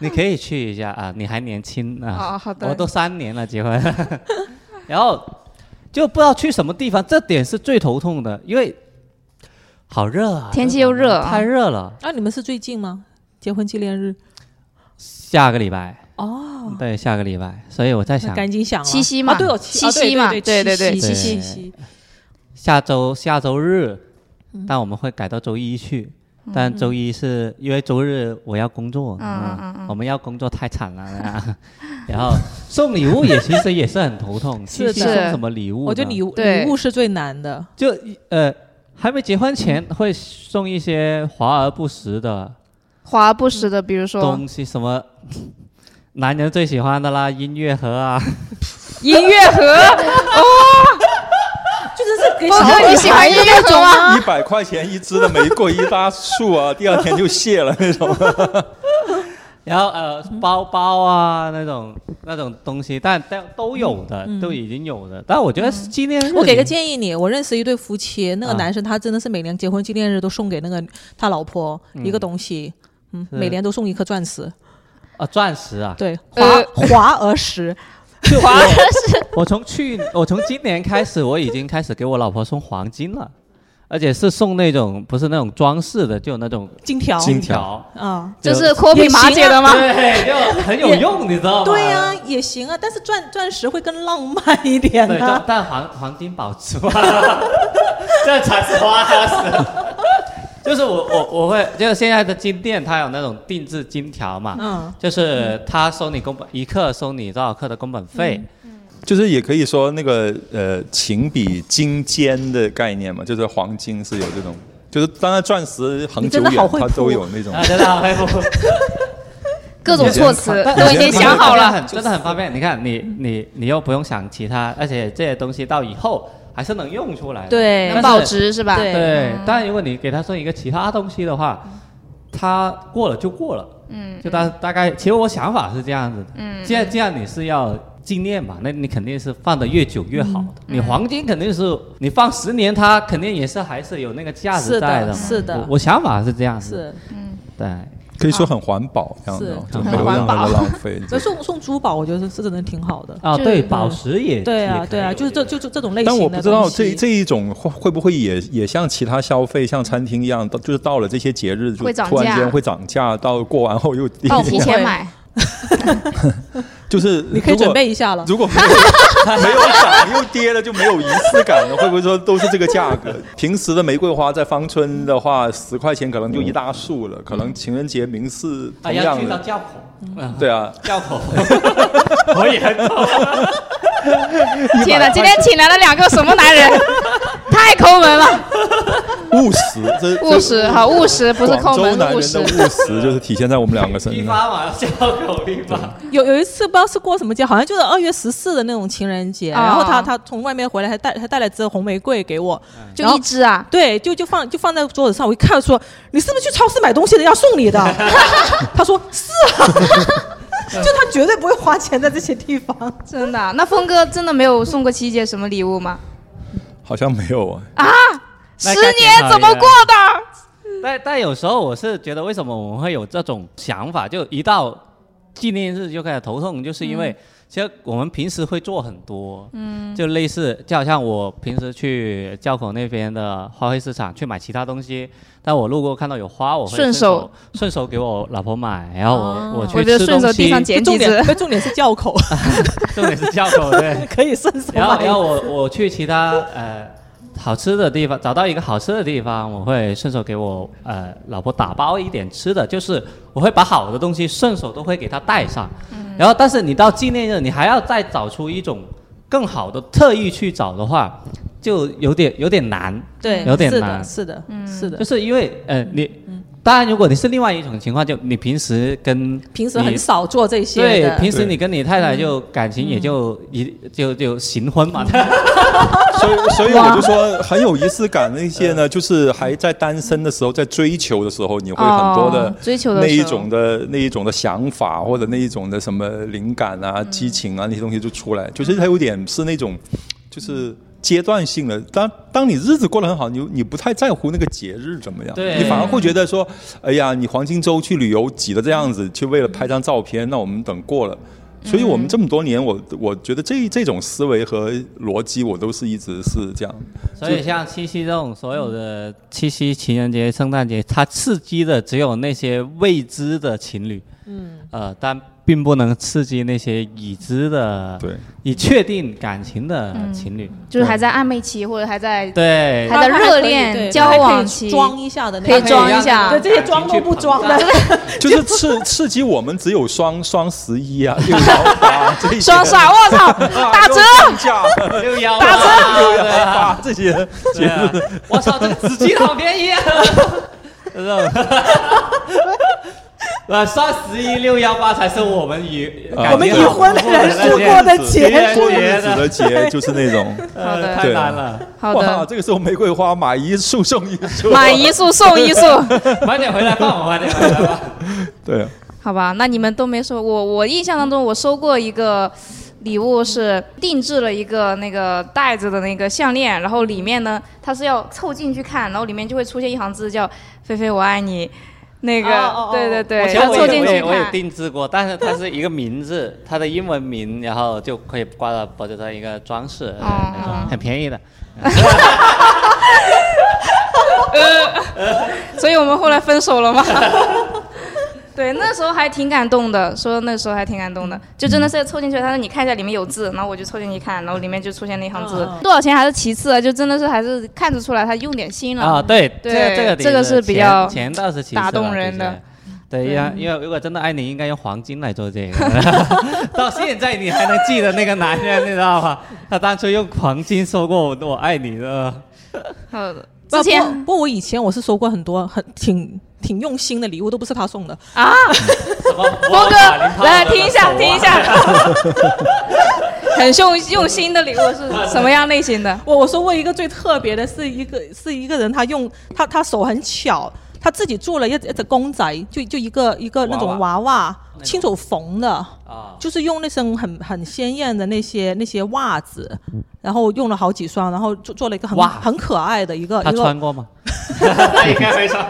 S2: 你可以去一下啊，你还年轻啊。
S1: 哦好的
S2: 我都三年了结婚， 然后就不知道去什么地方，这点是最头痛的，因为好热啊，
S1: 天气
S2: 日
S1: 又
S2: 本
S1: 热啊
S2: 太热了。
S3: 啊，你们是最近吗？结婚纪念日
S2: 下个礼拜，
S3: 哦，
S2: 对，下个礼拜，所以我在
S3: 那
S2: 想，
S3: 赶紧想了
S1: 七夕嘛
S3: 啊对哦，七
S1: 七夕嘛
S3: 啊对对
S1: 对对
S3: 七
S2: 对
S3: 夕七
S2: 对
S3: 夕，
S2: 下周下周日，但我们会改到周一去。但周一是因为周日我要工作，
S1: 嗯嗯嗯嗯
S2: 我们要工作太惨了，啊然后送礼物也其实也是很头痛，七
S3: 是
S2: 夕
S1: 的
S2: 送什么礼物呢？
S3: 我觉得礼物
S1: 对
S3: 礼物是最难的，
S2: 就呃还没结婚前会送一些华而不实的
S1: 华而不实的，比如说
S2: 东西，什么男人最喜欢的啦，音乐盒啊，
S1: 音乐盒，
S3: 就是是给
S1: 波哥哦你喜欢音乐盒啊吗？
S4: 一百块钱一支的玫瑰一大束啊，第二天就谢了那种。
S2: 然后呃，
S3: 嗯
S2: 包包啊那种那种东西，但但都有的，都已经有的。但我觉得纪念日里，
S3: 嗯我给个建议你，我认识一对夫妻，那个
S2: 啊
S3: 男生他真的是每年结婚纪念日都送给那个他老婆一个东西，嗯，
S2: 是
S3: 每年都送一颗钻石，
S2: 啊，钻石啊，
S3: 对，华
S1: 呃
S3: 华而石，
S2: 就我我从去我从今年开始，我已经开始给我老婆送黄金了，而且是送那种不是那种装饰的，就那种
S3: 金条，
S4: 金
S2: 条，
S3: 啊，
S1: 就是 copy 马姐的吗？
S2: 对，就很有用，你知道吗？
S3: 对呀、也行啊，但是钻钻石会更浪漫一点
S1: 嗯
S2: 对，
S3: 啊
S2: 但。但黄黄金保值嘛， 这才是花式。就是我我我会就是现在的金店，它有那种定制金条嘛，
S3: 嗯
S2: 就是它收你工本一克收你多少克的工本费，
S4: 就是也可以说那个呃，情比金坚的概念嘛，就是黄金是有这种，就是当然钻石恒
S3: 你
S4: 久
S3: 真的好
S4: 远，
S3: 会
S4: 它都
S3: 铺
S4: 有那种。
S1: 嗯
S2: 啊，真的好佩服，
S1: 各种措 辞
S4: 但
S1: 都已经想好了。
S2: 很真的很方便。你看你你你又不用想其他，而且这些东西到以后还是能用出来的，
S3: 对
S1: 能保值是吧？
S3: 对
S2: 对，但如果你给他送一个其他东西的话，他过了就过了，嗯，就大大概，其实我想法是这样子的，嗯，既然既然你是要纪念嘛，那你肯定是放的越久越好
S3: 嗯
S2: 的，你黄金肯定是你放十年，它肯定也是还是有那个价值
S3: 是的
S2: 在嘛
S3: 是的
S2: 我我想法是这样子，
S3: 是，
S2: 对，
S4: 可以说很环保，这样
S3: 是
S4: 子哦，就
S2: 很
S4: 没有
S1: 环
S4: 任
S1: 保
S4: 何的浪 费。
S3: 所以送送珠宝，我觉得是真的挺好的。
S2: 啊，
S1: 就是
S2: 对，宝石也
S3: 对啊，
S2: 也
S3: 对啊，
S2: 可以
S3: 就是这就就这种类型
S4: 但
S3: 的
S4: 我不知道
S3: 东西
S4: 这这一种会会不会也也像其他消费，像餐厅一样，到就是到了这些节日就
S1: 会涨
S4: 突然
S1: 价
S4: 间会涨价，到过完后又低。
S1: 帮我提前买，
S4: 就是
S3: 你可以
S4: 如果
S3: 准备一下了。
S4: 如果没有没有涨又跌了，就没有仪式感了。会不会说都是这个价格？ 平时的玫瑰花在芳村的话，十块钱可能就一大束了，可能
S1: 嗯
S4: 情人节明示
S2: 啊，
S4: 同
S2: 要
S4: 样
S2: 去到
S4: 的，
S2: 教口，嗯，
S4: 对啊，
S2: 教口， 我也很懂，
S1: 天哪！今天请来了两个什么男人，太抠门了。
S4: 务实，这
S1: 务实好务实，不
S4: 这
S1: 是
S4: 广
S1: 抠
S4: 州
S1: 门
S4: 男
S1: 务
S4: 人的
S1: 实
S4: 务。实就是体现在我们两个身
S2: 批
S4: 上。
S2: 发嘛，叫狗批发。
S3: 有有一次不知道是过什么节，好像就是二月十四的那种情人节，
S1: 啊
S3: 然后他他从外面回来还带还带了支红玫瑰给我，
S1: 就
S2: 嗯
S3: 然后
S1: 一只啊，
S3: 对，就就放就放在桌子上，我一看说你是不是去超市买东西的，要 送你的？他说是啊， 就他绝对不会花钱在这些地方。
S1: 真的啊、那峰哥真的没有送过七姐什么礼物吗？
S4: 好像没有啊，
S1: 十
S2: 那该检讨
S1: 年怎么
S2: 一下
S1: 过的？
S2: 但但有时候我是觉得，为什么我们会有这种想法？就一到纪念日就开始头痛，就是因
S1: 嗯
S2: 为其实我们平时会做很多，嗯，就类似就好像我平时去教口那边的花卉市场去买其他东西，但我路过看到有花，我会
S1: 顺
S2: 顺
S1: 手哦
S2: 顺手给我老婆买，然后我、我
S1: 我
S2: 去
S1: 觉
S2: 吃
S1: 得顺
S2: 东西，
S1: 手地上捡
S3: 重
S1: 几只
S3: 点，重点是叫口，
S2: 重点是教口对。
S3: 可以顺手
S2: 然后，
S3: 买
S2: 然。后我我去其他呃好吃的地方，找到一个好吃的地方，我会顺手给我呃老婆打包一点吃的，就是我会把好的东西顺手都会给她带上。
S3: 嗯
S2: 然后，但是你到纪念日，你还要再找出一种更好的，特意去找的话，就有点有点难。
S3: 对，
S2: 有点
S3: 是
S2: 难
S3: 的，是的，
S1: 嗯
S3: 是的
S2: 就。是因为呃你，
S3: 嗯
S2: 当然如果你是另外一种情况，就你平时跟
S3: 平时
S2: 你
S3: 很少做这些
S2: 对，
S3: 的嗯
S2: 平时你跟你太太就感情也就一就就行婚嘛，
S4: 所以所以我就说很有仪式感那些呢，就是还在单身的时候，在追求的时候，你会很多的、
S1: 哦追求的
S4: 那一
S1: 时候
S4: 种的那一种的想法或者那一种的什么灵感啊、激情啊那些东西就出来，就是它有点是那种就是。阶段性的，当当你日子过得很好，你你不太在乎那个节日怎么样，
S2: 对
S4: 你反而会觉得说，哎呀，你黄金周去旅游挤得这样子，去为了拍张照片，那我们等过了。所以我们这么多年，我我觉得这这种思维和逻辑，我都是一直是这样。
S2: 所以像七夕这种所有的七夕、情人节、圣诞节，它刺激的只有那些未知的情侣，嗯，呃，但并不能刺激那些已知的、
S4: 对，
S2: 已确定感情的情侣。
S1: 就是还在暧昧期或者还在
S2: 对，
S1: 还在热恋
S3: 对
S1: 交
S3: 还可以
S1: 往期
S3: 装一下的那
S1: 可以
S2: 它
S3: 种，
S1: 装一
S2: 让
S1: 下
S3: 对这些装都不装的，
S4: 就是刺刺激我们只有双双十一啊，六幺八这些，
S1: 双杀，我操，
S4: 啊
S1: 打 折！
S4: 又降价，
S2: 六幺
S1: 打
S2: 八，
S4: 六
S2: 对
S4: 幺
S2: 啊
S4: 八这些，
S2: 对啊我操，这个纸巾好便宜啊！ 这种呃，双十一、六幺八才是我们已
S4: 啊
S2: 感
S4: 我们
S2: 觉
S4: 已
S2: 好
S3: 婚的
S2: 不
S3: 人
S2: 那
S3: 度
S2: 些
S3: 过的
S2: 情人
S4: 过
S2: 节
S4: 日子
S2: 的
S4: 的节就是那种。
S1: 好
S2: 呃，
S1: 的
S2: 太难了。
S1: 好
S4: 哇，
S1: 的，
S4: 这个时候玫瑰花买一束送一束，
S1: 买一束送一束，
S2: 晚点回来放我，晚点回来吧。
S4: 对，啊
S1: 好吧？那你们都没收我，我印象当中我收过一个。礼物是定制了一个那个袋子的那个项链，然后里面呢，它是要凑近去看，然后里面就会出现一行字叫“菲菲我爱你”，那个，
S3: 哦哦哦
S1: 对对
S2: 我
S1: 对，
S2: 前
S1: 要
S2: 我
S1: 凑
S2: 也
S1: 进
S2: 我
S1: 去
S2: 也我也
S1: 看。
S2: 定制过，但是它是一个名字，它的英文名，然后就可以挂到脖子上一个装饰，对
S1: 哦
S2: 那种很便宜的。
S1: 所以我们后来分手了 嘛。对，那时候还挺感动的，说那时候还挺感
S2: 嗯
S1: 动的，就真的是凑进去，他说你看一下里面有字，然后我就凑进去看，然后里面就出现那行
S2: 嗯
S1: 字，多少钱还是其次啊，就真的是还是看得出来他用点心了。
S2: 啊，对，
S1: 对
S2: 这这个
S1: 嗯这个是比较
S2: 前倒是其次
S1: 打
S2: 了
S1: 动人的。
S2: 对，因为因为如果真的爱你，应该用黄金来做这个。 到现在你还能记得那个男人，你知道吗？他当初用黄金说过我我爱你的。
S1: 好的，
S3: 不
S1: 之前
S3: 不，不我以前我是收过很多很挺挺用心的礼物，都不是他送的。
S1: 啊，
S2: 什么？
S1: 波哥来听一
S2: 啊
S1: 下，听一。下， 很用用心的礼物是什么样类型的？
S3: 我我收过一个最特别的是一个是一个人，他用他他手很巧，他自己做了一一只公仔，就就一个一个那种
S2: 娃
S3: 娃娃，亲手缝的。
S2: 啊，
S3: 就是用那身很很鲜艳的那些那些袜子，然后用了好几双，然后做做了一个很
S2: 哇
S3: 很可爱的一
S1: 哦
S3: 个
S2: 他
S3: 一
S2: 穿
S3: 个，
S2: 过吗？他 应该没穿。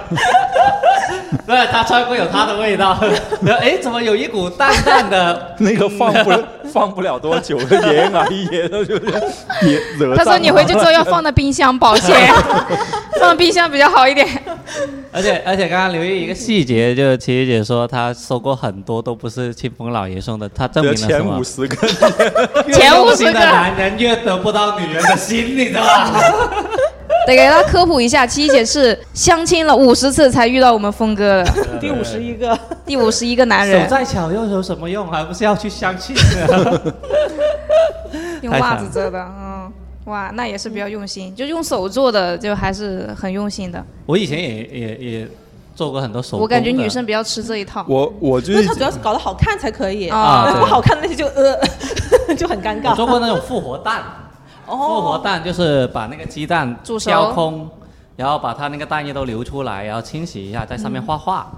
S2: 对，他穿过有他的味道。 然后哎，怎么有一股淡淡的？
S4: 那个放不了
S1: 嗯
S4: 放不了多久了，爷爷阿姨爷都就是也惹。
S1: 他
S2: 啊
S1: 说你回去之后要放到冰箱保 鲜，放冰箱比较好一点。
S2: 而且而且刚刚留意一个细节，就是琪琪姐说她收过很多都不是庆丰老爷送的，她证明
S4: 得
S2: 了什
S4: 前
S2: 么
S4: 五？十个
S1: 前
S2: 越
S1: 五
S2: 用
S1: 十个
S2: 心的男人越得不到女人的心，你知道吗？
S1: 得给大家科普一下，七姐是相亲了五十次才遇到我们峰哥 的
S3: 第五十一个，
S1: 第五十一个男
S2: 手
S1: 人，
S2: 再巧又有什 么用？还不是要去相亲的。
S1: 用袜子遮的，嗯。哇，那也是比较用心，就用手做的，就还是很用心的。
S2: 我以前也也也做过很多手工的
S1: 我感觉女生比较吃这一套。
S4: 我我就
S3: 因为
S4: 是
S3: 它主要是搞得好看才可以，
S1: 啊
S3: 不
S2: 对
S3: 好看的那些就呃 就很尴
S2: 我
S3: 尬。哦
S2: 做过那种复活蛋，复活蛋就是把那个鸡蛋
S1: 哦煮熟
S2: 挑空，然后把它那个蛋液都流出来，然后清洗一下，在上面画画。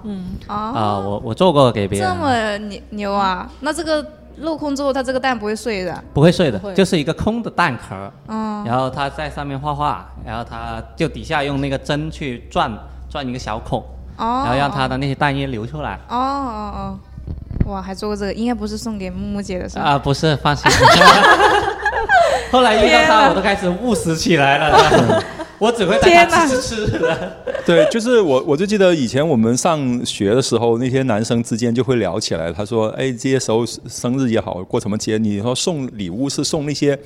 S2: 啊、
S1: 啊，
S2: 我我做过给别
S1: 这
S2: 人，
S1: 么牛牛啊！那这个镂空之后，它这个蛋不会碎的。
S2: 不会碎的
S3: 不会，
S2: 就是一个空的蛋壳，
S1: 嗯，
S2: 然后他在上面画画，然后他就底下用那个针去转转一个小孔，
S1: 哦，
S2: 然后让它的那些蛋液流出来。
S1: 哦哦哦，哇，还做过这个，应该不是送给木木姐的是吧？
S2: 啊，不是，放心。后来遇到
S1: 天哪
S2: 他，我都开始务实起来 了。我只会带他吃吃吃的。
S4: 对，就是我，我就记得以前我们上学的时候，那些男生之间就会聊起来。他说：“哎，这些时候生日也好，过什么节，你说送礼物是送那些，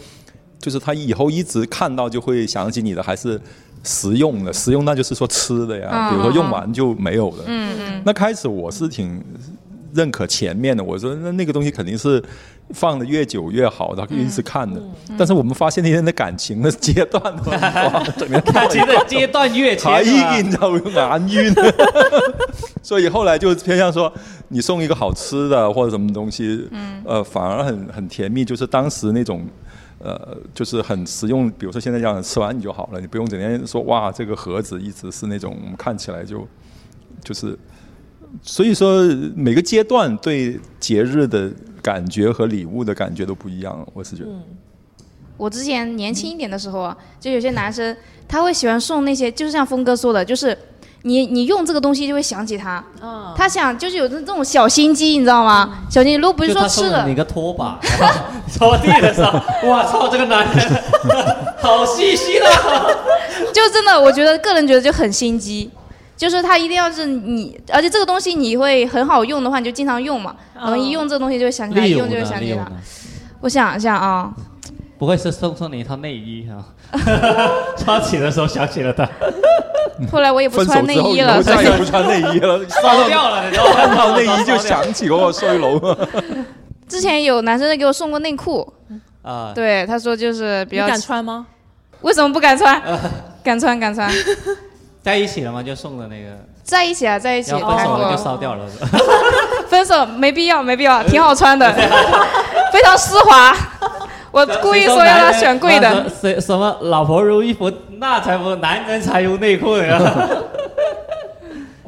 S4: 就是他以后一直看到就会想起你的，还是实用的？实用那就是说吃的呀，比如说用完就没有了。嗯嗯。那开始我是挺认可前面的，我说那那个东西肯定是放的越久越好，他一直看的。但是我们发现那些人的感情的阶段都哇，整个
S2: 他觉得阶段越前
S4: 才
S2: 了
S4: 艺你知道吗？难晕，所以后来就偏向说，你送一个好吃的或者什么东西，呃，反而很很甜蜜，就是当时那种。呃，就是很实用，比如说现在这样吃完你就好了，你不用整天说哇，这个盒子一直是那种看起来就就是，所以说每个阶段对节日的感觉和礼物的感觉都不一样，我是觉得。
S1: 我之前年轻一点的时候啊，就有些男生他会喜欢送那些，就是像峰哥说的，就是你你用这个东西就会想起他，
S3: 嗯
S1: 他想就是有这种小心机，你知道吗？小心机，如果不是
S2: 嗯就
S1: 说
S2: 他送
S1: 吃
S2: 了
S1: 的
S2: 你，一个拖把， 然后拖地的时候，哇操，这个男人 好细心啊！
S1: 就真的我觉得个人觉得就很心机。就是他一定要是你，而且这个东西你会很好用的话，你就经常用嘛。
S3: 哦
S1: 然后一用这个东西就会想起来，一
S2: 例如
S1: 用就会
S2: 呢，
S1: 想
S2: 例
S1: 起
S2: 如
S1: 来
S2: 呢。，
S1: 我想一下啊，
S2: 啊不会是送送你一套内 衣啊？穿起的时候想起了他，
S1: 后来我也不
S4: 分手
S1: 穿内
S4: 之后，
S1: 衣
S4: 以后
S1: 了，所
S4: 再
S1: 以
S4: 也不穿内衣了，
S2: 烧掉了，你知道吗？
S4: 看到内衣就想起我睡楼。
S1: 之前有男生给我送过内裤，
S2: 啊，
S1: 对，他说就是比
S3: 你
S1: 较
S3: 敢穿吗？
S1: 为什么不敢穿？敢穿敢穿，
S2: 在一起了吗？就送的那个，
S1: 在一起啊，在一起 哦
S2: 要分
S1: 看
S2: 手了就
S1: 过，
S2: 烧掉了。 是吧
S1: 分手没必要没必要，挺好穿的，非常丝滑。我故意说要他选贵 的，，
S2: 谁什么老婆如衣服，那才不男人才如内裤呢。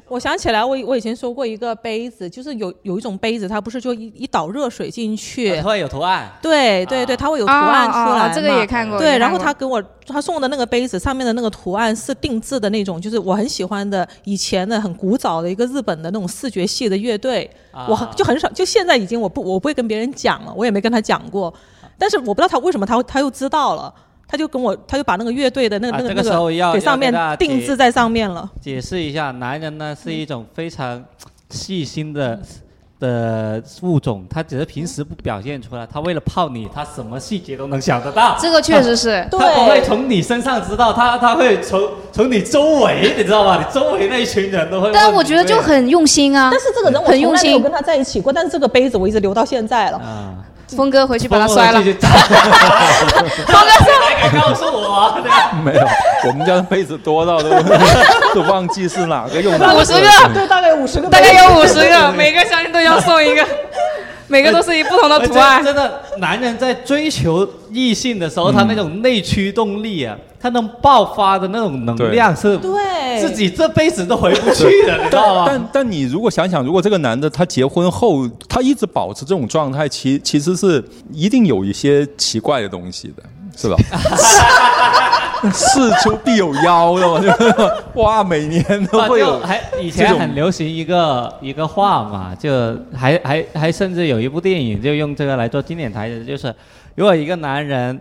S3: 我想起来我，我以前说过一个杯子，就是有有一种杯子，它不是就一一倒热水进 去，
S2: 会有图案，
S3: 对对对，它会有图案出来嘛、
S1: 啊这个也看过。
S3: 对，
S1: 也
S3: 然
S1: 看
S3: 后
S1: 过
S3: 他给我他送的那个杯子上面的那个图案是定制的那种，就是我很喜欢的以前的很古早的一个日本的那种视觉系的乐队，
S2: 啊
S3: 我很就很少，就现在已经我不我不会跟别人讲了，我也没跟他讲过，
S2: 啊
S3: 但是我不知道他为什么他他又知道了，他就跟我他就把那个乐队的那个、
S2: 啊
S3: 那个
S2: 这个时候
S3: 那
S2: 要
S3: 个给上面
S2: 要给大家
S3: 定制在上 面了，
S2: 解释一下，男人呢是一种非常细心的。
S1: 嗯
S2: 的物种，他只是平时不表现出来，他为了泡你，他什么细节都能想得到，
S1: 这个确实是，
S3: 对
S2: 他不会 从你身上知道，他他会从从你周围，你知道吗？你周围那一群人都会问你。
S1: 但我觉得就很用心啊。
S3: 但是这个人我
S1: 很
S3: 从
S1: 用
S3: 来没有
S1: 心
S3: 跟，他在一起过，但是这个杯子我一直留到现在了。
S2: 啊，
S1: 峰哥回去把他摔了
S2: 疯。了就去砸
S1: 峰哥说
S2: 还敢告诉我？啊对
S4: 没有，我们家的被子多到都 都忘记是哪个 用的。
S1: 五十个，
S3: 对，大概五十个杯
S1: 大
S3: 子，
S1: 概有五十个，每个相信都要送一个，每个都是一不 同的
S2: 而
S1: 图
S2: 且
S1: 案。
S2: 真的，男人在追求异性的时候，他那种内驱动力啊，他能爆发的那种能量是，
S3: 对
S2: 自己这辈子都回不去的，你知道吗？
S4: 但 但但你如果想想，如果这个男的他结婚后，他一直保持这种状态，其其实是一定有一些奇怪的东西的，是 吧？事出必有妖的嘛， 就哇，每年都
S2: 啊
S4: 会
S2: 就
S4: 有。
S2: 还以
S4: 这
S2: 前
S4: 种
S2: 很流行一个一个话嘛，就还还还甚至有一部电影就用这个来做经典台词，就是如果一个男人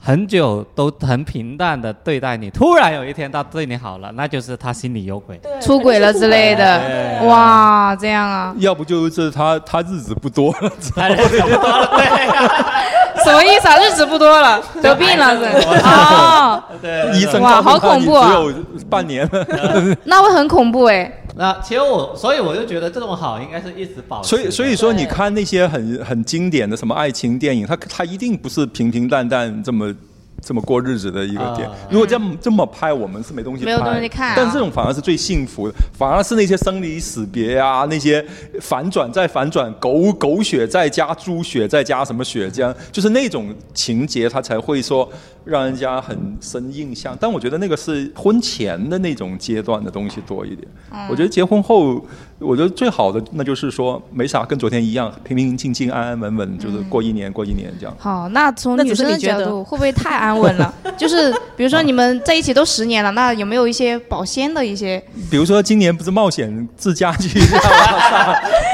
S2: 很久都很平淡的对待你，突然有一天他对你好了，那就是他心里有鬼。
S3: 对
S1: 出轨了之类
S2: 对
S1: 的，哇，这样啊，
S4: 要不就是他他日子不多了，
S2: 他人怎么了？对
S1: 什么意思啊？日子不多了，得病了是？ 哦，
S2: 对
S4: 医生
S1: 哇
S4: 告诉
S1: 好
S4: 他
S1: 恐
S4: 你只
S1: 怖啊
S4: 有半年了。
S1: 那会很恐怖哎。
S2: 那其实我，所以我就觉得这种好应该是一直保持
S4: 所
S2: 的。
S4: 以，所以说你看那些很很经典的什么爱情电影，它它一定不是平平淡淡这么这么过日子的一个
S2: 啊
S4: 点。如果这样这么拍，我们是没东西
S1: 没有东西看啊
S4: 但这种反而是最幸福的，反而是那些生离死别啊，那些反转再反转，狗狗血再加猪血再加什么血，这样就是那种情节，它才会说让人家很深印象。但我觉得那个是婚前的那种阶段的东西多一点。
S1: 嗯
S4: 我觉得结婚后，我觉得最好的那就是说没啥，跟昨天一样，平平静静、安安稳稳，就是过一年过一年这样。
S1: 好，那从
S3: 那
S1: 女
S3: 只是
S1: 生的
S3: 你觉
S1: 角
S3: 得
S1: 度，会不会太安稳 了？就是比如说你们在一起都十年了，那有没有一些保鲜的一些？
S4: 比如说今年不是冒险自驾去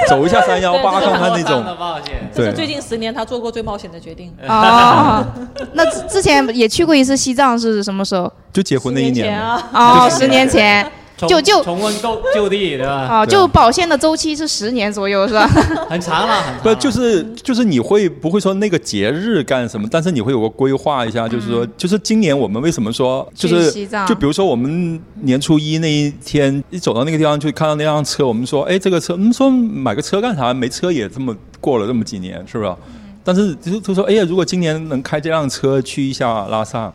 S4: 走一下三幺八看看那种，
S2: 冒险。
S3: 这是
S4: 对，
S3: 最近十年他做过最冒险的决定。
S1: 哦，那之之前也去过一次西藏，是什么时候？
S4: 就结婚那一
S3: 十前
S4: 年嘛。
S3: 啊，
S1: 哦，
S4: 就是
S1: 十年前。
S2: 重
S1: 就就
S2: 重温旧旧地，对啊吧？
S1: 哦，
S4: 对
S1: 就保鲜的周期是十年左右，是吧？
S2: 很长了，很
S1: 啊
S2: 长了
S4: 不就是就是你会不会说那个节日干什么？但是你会有个规划一下，就是说，就是今年我们为什么说
S1: 嗯
S4: 就
S1: 去
S4: 是
S1: 西藏
S4: 就比如说我们年初一那一天一走到那个地方去看到那辆车，我们说哎这个车，嗯说买个车干啥？没车也这么过了这么几年，是不
S1: 嗯
S4: 是？但是就是他说哎呀，如果今年能开这辆车去一下拉萨。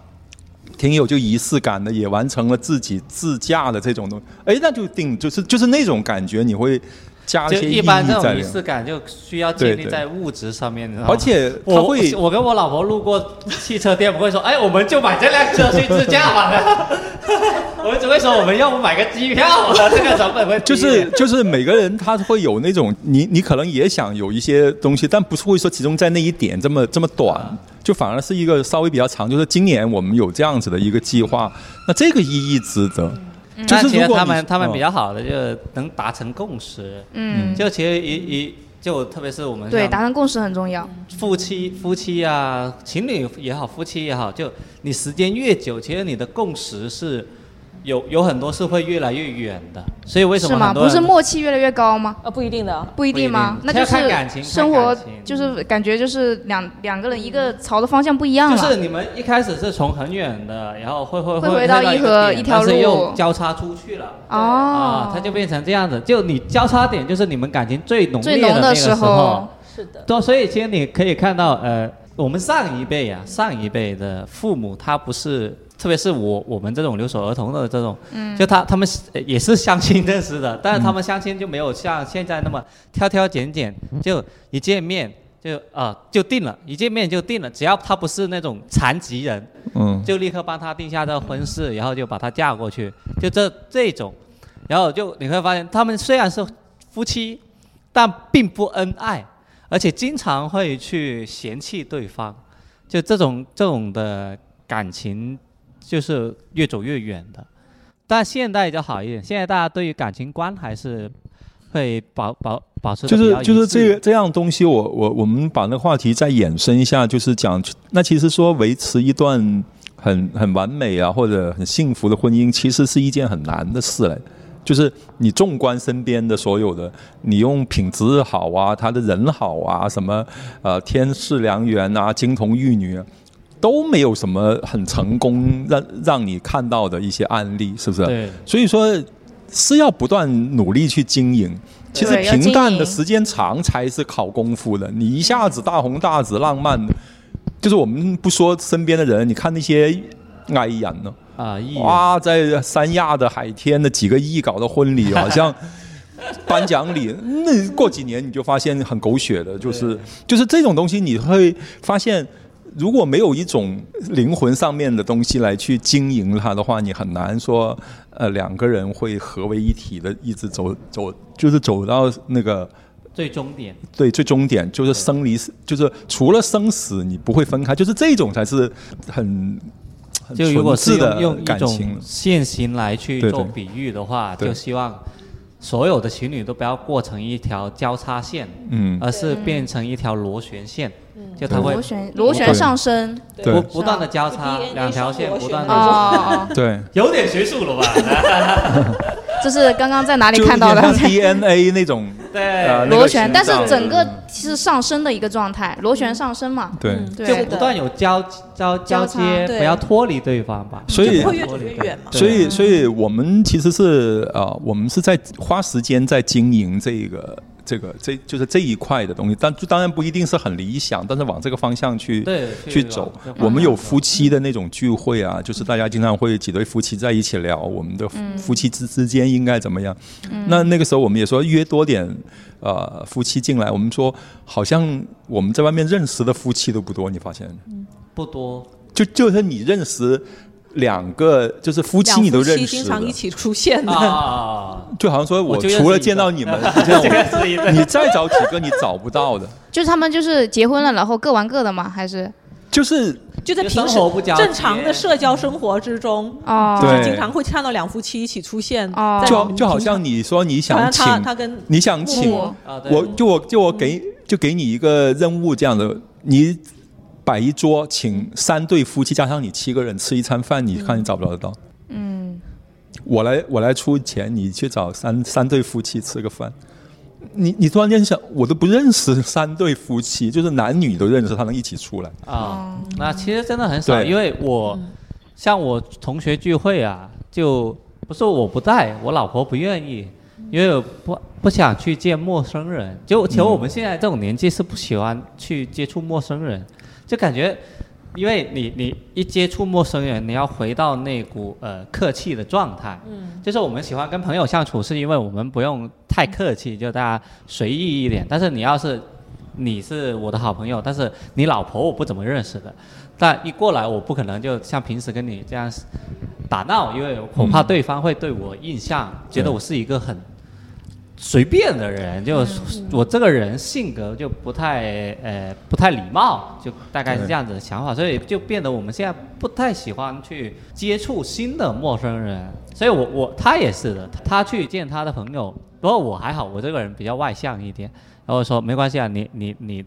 S4: 挺有就仪式感的，也完成了自己自驾的这种东西，哎，那就定就是就是那种感觉，你会加一
S2: 就
S4: 些意义
S2: 一
S4: 在
S2: 般
S4: 里
S2: 这种
S4: 面
S2: 仪。式感就需要
S4: 对
S2: 建立
S4: 对
S2: 在物质上面，你知道吗
S4: 而且他
S2: 我
S4: 会
S2: 我跟我老婆路过汽车店，不会说，哎，我们就买这辆车去自驾 吧。我们只会说，我们要不买个机票吧，这个成本会低
S4: 就是就是每个人他会有那种你你可能也想有一些东西，但不是会说集中在那一点这么这么短，就反而是一个稍微比较长。就是今年我们有这样子的一个计划，那这个意义值得。就
S2: 但
S4: 是
S2: 其
S4: 如
S2: 实
S4: 果
S2: 他
S4: 你
S2: 们他们
S4: 嗯
S2: 比较好的就是能达成共识，
S1: 嗯，
S2: 就其实一一就特别是我们
S1: 对，
S2: 像
S1: 达成共识很重要。
S2: 夫妻夫妻啊，情侣也好，夫妻也好，就你时间越久，其实你的共识是有有很多是会越来越远的。所以为什
S1: 是
S2: 么
S1: 吗？
S2: 很多
S1: 不
S2: 人
S1: 是默契越来越高吗？
S3: 呃，不一定的。
S1: 不一定吗？
S2: 不
S1: 那
S2: 一定
S1: 就
S2: 要看感情
S1: 是生活
S2: 看感，情
S1: 就是感觉就是两两个人一个朝的方向不一样
S2: 就
S1: 了。
S2: 是你们一开始是从很远的，然后会会
S1: 啊会回到
S2: 一
S1: 一河
S2: 个点
S1: 一条路
S2: 但是又交叉出去了。
S1: 哦
S2: 啊，，它就变成这样子，就你交叉点就是你们感情最浓
S1: 最
S2: 烈
S1: 浓
S2: 那
S1: 的
S2: 个
S1: 时
S2: 时
S1: 候，
S3: 是的，
S2: 对，所以其实你可以看到，呃，我们上一辈啊，上一辈的父母，他不是，特别是我我们这种留守儿童的这种，嗯，就他他们呃也是相亲认识的，但是他们相亲就没有像现在那么挑挑拣拣，就一见面。就啊、呃就定了，一见面就定了。只要他不是那种残疾人，
S4: 嗯，
S2: 就立刻帮他定下这个婚事，然后就把她嫁过去，就这这种，然后就你会发现，他们虽然是夫妻，但并不恩爱，而且经常会去嫌弃对方，就这种这种的感情，就是越走越远的。但现在就好一点，现在大家对于感情观还是会保保保持得
S4: 就
S2: 比
S4: 是
S2: 较
S4: 就是
S2: 一致
S4: 这个这样东西我，我我们把那个话题再衍生一下，就是讲那其实说维持一段很很完美啊或者很幸福的婚姻，其实是一件很难的事嘞。就是你纵观身边的所有的，你用品质好啊，他的人好啊，什么呃天赐良缘啊，金童玉女、啊。都没有什么很成功让让你看到的一些案例，是不是？
S2: 对
S4: 所以说是要不断努力去经营。其实
S1: 对要
S4: 平淡
S1: 经营
S4: 的时间长才是考功夫的，你一下子大红大紫、浪漫的，就是我们不说身边的人，你看那些爱人呢，
S2: 啊，意淫
S4: 哇，在三亚的海天的几个亿搞的婚礼，好像颁奖礼，那过几年你就发现很狗血的，就是就是这种东西，你会发现。如果没有一种灵魂上面的东西来去经营它的话，你很难说，呃，两个人会合为一体的，一直走走，就是走到那个
S2: 最终点。
S4: 对，最终点就是生离死，就是除了生死，你不会分开，就是这种才是很很
S2: 就如果
S4: 纯
S2: 是
S4: 挚
S2: 用
S4: 的
S2: 用一
S4: 感情
S2: 种。现行来去
S4: 对
S2: 做
S4: 对
S2: 比喻的话，
S4: 对
S2: 就希望所有的情侣都不要过成一条交叉线，
S4: 嗯
S2: 而是变成一条螺旋线，就它会
S1: 螺旋螺旋上升。
S4: 对
S2: 不不断的交叉
S3: 是，啊
S2: 两条线不断
S1: 哦
S3: 对
S1: 哦，
S2: 的，
S1: 哦
S4: 对，
S2: 有点学术了吧？
S1: 这是刚刚在哪里
S4: 就
S1: 看到的
S4: 有？点像 DNA 那 种呃
S2: 对，
S4: 那个
S1: 螺旋，
S4: 形
S1: 但是
S4: 状
S1: 整个
S2: 嗯
S1: 是上升的一个状态，螺旋上升嘛。
S4: 对，
S3: 嗯
S1: 对
S2: 就不断有交交
S1: 交
S2: 交
S1: 叉
S2: 接，
S3: 对
S2: 不要脱离对方吧。
S4: 所以
S2: 就
S3: 会越
S2: 脱离
S3: 走越
S2: 对
S3: 远嘛
S2: 对啊
S4: 所以所以我们其实是呃，我们是在花时间在经营这个这个这就是这一块的东西，但当然不一定是很理想，但是往这个方向去
S2: 对
S4: 去
S2: 去
S4: 走
S2: 往这个方。向
S4: 我们有
S2: 走
S4: 夫妻的那种聚会啊，就是大家经常会几对夫妻在一起聊我们的夫夫妻之之间应该怎么样。那那个时候我们也说约多点呃夫妻进来，我们说好像我们在外面认识的夫妻都不多，你发现？
S2: 不多，
S4: 就就是你认识两个就是夫
S3: 两
S4: 妻你都
S3: 夫妻
S4: 认识
S3: 经
S4: 的，
S3: 常一起出现的，
S2: 啊，
S4: 就好像说我
S2: 我就认识
S4: 除了
S2: 一个
S4: 见到你 们，
S2: 这个是 一
S4: 你再找几个你找不到的。
S1: 就是他们就是结婚了，然后各玩各的嘛，还是
S4: 就是
S3: 就在平时
S2: 生活不交集
S3: 正常的社交生活之中，
S1: 哦，
S4: 对
S3: 经常会看到两夫妻一起出现，
S1: 哦
S3: 在我
S4: 就
S3: 们
S4: 就好
S3: 平常
S4: 像你说你
S3: 好
S4: 想
S3: 像
S4: 请
S3: 他他跟
S4: 你想
S3: 木
S4: 请
S3: 木
S2: 啊，对
S4: 我，就我就我给就给你一个任务这样的，你摆一桌，请三对夫妻加上你七个人吃一餐饭，你看你找不找得到？
S1: 嗯，
S4: 我来我来出钱，你去找三三对夫妻吃个饭。你你突然间想，我都不认识三对夫妻，就是男女都认识，他能一起出来。
S2: 啊，那其实真的很少，
S4: 对
S2: 因为我像我同学聚会啊，就不是我不带，我老婆不愿意，因为我不不想去见陌生人。就其实我们现在这种年纪是不喜欢去接触陌生人，就感觉。因为你你一接触陌生人，你要回到那股呃客气的状态，嗯，就是我们喜欢跟朋友相处，是因为我们不用太客气，就大家随意一点。但是你要是你是我的好朋友，但是你老婆我不怎么认识的，但一过来我不可能就像平时跟你这样打闹，因为我怕对方会对我印象、觉得我是一个很随便的人，就我这个人性格就不太呃不太礼貌，就大概是这样子的想法，所以就变得我们现在不太喜欢去接触新的陌生人。所以我我他也是的，他去见他的朋友，不过我还好，我这个人比较外向一点，然后说没关系啊，你你你，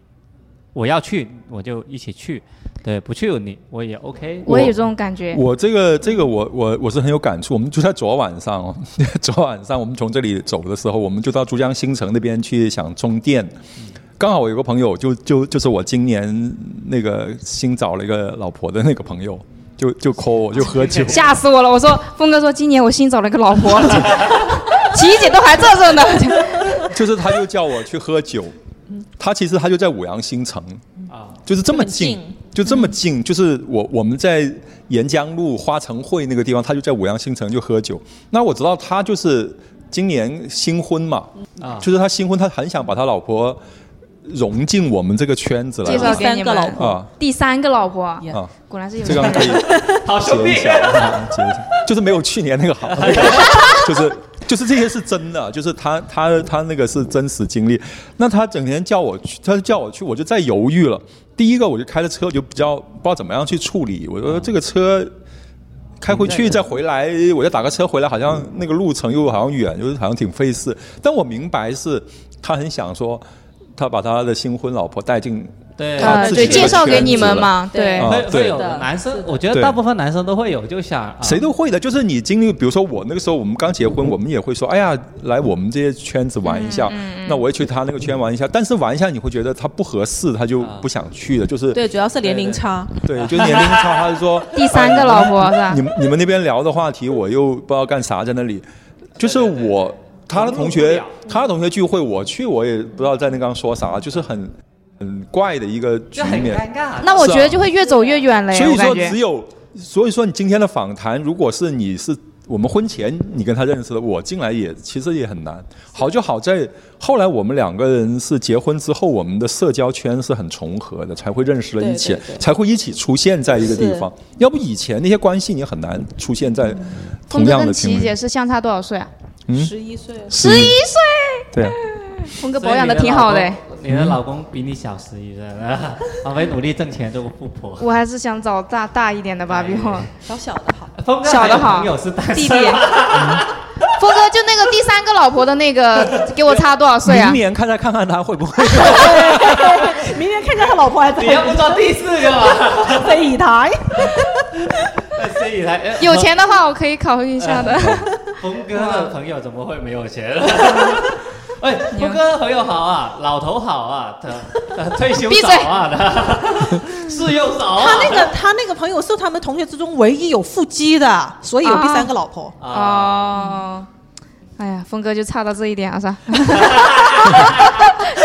S2: 我要去我就一起去，对，不去你我也 OK。
S1: 我也有这种感觉。，
S4: 我这个这个我我我是很有感触。我们就在昨晚上哦， 昨晚上我们从这里走的时候，我们就到珠江新城那边去想充电。刚好我有个朋友，就就就是我今年那个新找了一个老婆的那个朋友，就就 call 我就喝酒
S1: 吓死我了！我说峰哥说今年我新找了一个老婆 了，琪姐都还这这呢。
S4: 就是他就叫我去喝酒。他其实他就在五羊新城，
S2: 啊，
S4: 就是这么
S3: 这么
S4: 近
S3: 近，
S4: 就这么近，就是我我们在沿江路花城汇那个地方，他就在五羊新城就喝酒。那我知道他就是今年新婚嘛，
S2: 啊
S4: 就是他新婚，他很想把他老婆融进我们这个圈子
S1: 介
S4: 来
S1: 绍给你
S3: 第三个
S1: 们
S3: 老婆
S4: 啊
S1: 第三个老婆，
S3: Yeah
S4: 啊，
S1: 果然是有
S4: 这个
S1: 钱
S4: 可以
S1: 人。
S2: 好兄
S4: 截
S2: 弟
S4: 一，下，啊截一下，就是没有去年那个 好， 就是。就是这些是真的，就是他他他那个是真实经历。那他整天叫我去，他叫我去，我就在犹豫了。第一个我就开着车，我就比较不知道怎么样去处理。我说这个车开回去再回来，我再打个车回来，好像
S2: 嗯
S4: 那个路程又好像远，又好像挺费事。但我明白是他很想说，他把他的新婚老婆带进
S2: 对
S4: 啊
S1: 呃，
S4: 自己
S1: 对，
S4: 的
S1: 介绍给你
S4: 圈
S1: 们
S4: 子
S1: 嘛，对
S3: 对
S4: 啊
S2: 会会
S4: 对
S2: 有
S3: 是的
S2: 男
S3: 是
S2: 生，
S3: 的
S2: 我觉得
S4: 对
S2: 大部分男生都会有，就想啊嗯
S4: 谁都会的，就是你经历，比如说我那个时候，我们刚结婚，我们也会说，哎呀，来我们这些圈子玩一下，
S2: 嗯
S4: 那我也去他那个圈玩一下，但是玩一下你会觉得他不合适，
S2: 啊
S4: 他就不想去了，就是
S3: 对，主要是年龄差，
S4: 对，就是年龄差，他就说
S1: 第三个老 婆是吧
S4: 你？们你们那边聊的话题，我又不知道干啥在那里，就是我他的同
S2: 融入不
S4: 学
S2: 了，
S4: 他的同学聚会我去，我也不知道在那刚说啥，就是很很怪的一个局
S2: 就很
S4: 面，
S2: 尴尬。
S1: 那我觉
S4: 是
S1: 得
S4: 啊
S1: 就会越走越远了，
S4: 所以
S1: 哎我感
S4: 说，
S1: 觉
S4: 只有所以说，你今天的访谈，如果是你是我们婚前你跟他认识的，我进来也其实也很难。好就好在后来我们两个人是结婚之后，我们的社交圈是很重合的，才会认识了一起，
S3: 对对对
S4: 才会一起出现在一个地方。要不以前那些关系，你很难出现在同
S1: 峰哥
S4: 样的
S1: 跟
S4: 频
S1: 琪
S4: 率。
S1: 姐是相差多少岁啊？
S4: 嗯
S3: 十一岁，
S1: 十一岁，
S4: 对，啊
S1: 峰哥保养的挺好的，
S2: 你的老公比你小十一岁， 好没努力挣钱做个富婆。
S1: 我还是想找大大一点的
S4: 哎
S1: 吧，比我。
S3: 小小的 好，
S2: 峰哥
S1: 小的
S2: 还有
S1: 好
S2: 朋友是单
S1: 弟
S2: 身
S1: 弟
S2: 吗。
S1: 峰哥就那个第三个老婆的那个，给我差多少岁啊
S4: 明？年看再看看他会不会
S3: 明天看见他老婆还
S2: 你要不
S3: 在
S2: 做第四个吗？
S3: 飞仪台，
S2: 所以才哎
S1: 有钱的话，我可以考虑一下的。
S2: 峰哥的朋友怎么会没有钱？ 哎，峰哥的朋友好啊，老头好啊，他他退休
S1: 闭嘴
S2: 早啊，他 事又少啊
S3: 他。那个他那个朋友是他们
S2: 哦
S3: 哦同学之中唯一有腹肌的，所以有第三个老婆。
S2: 啊，
S1: 哦，哎呀，峰哥就差到这一点啊，是吧？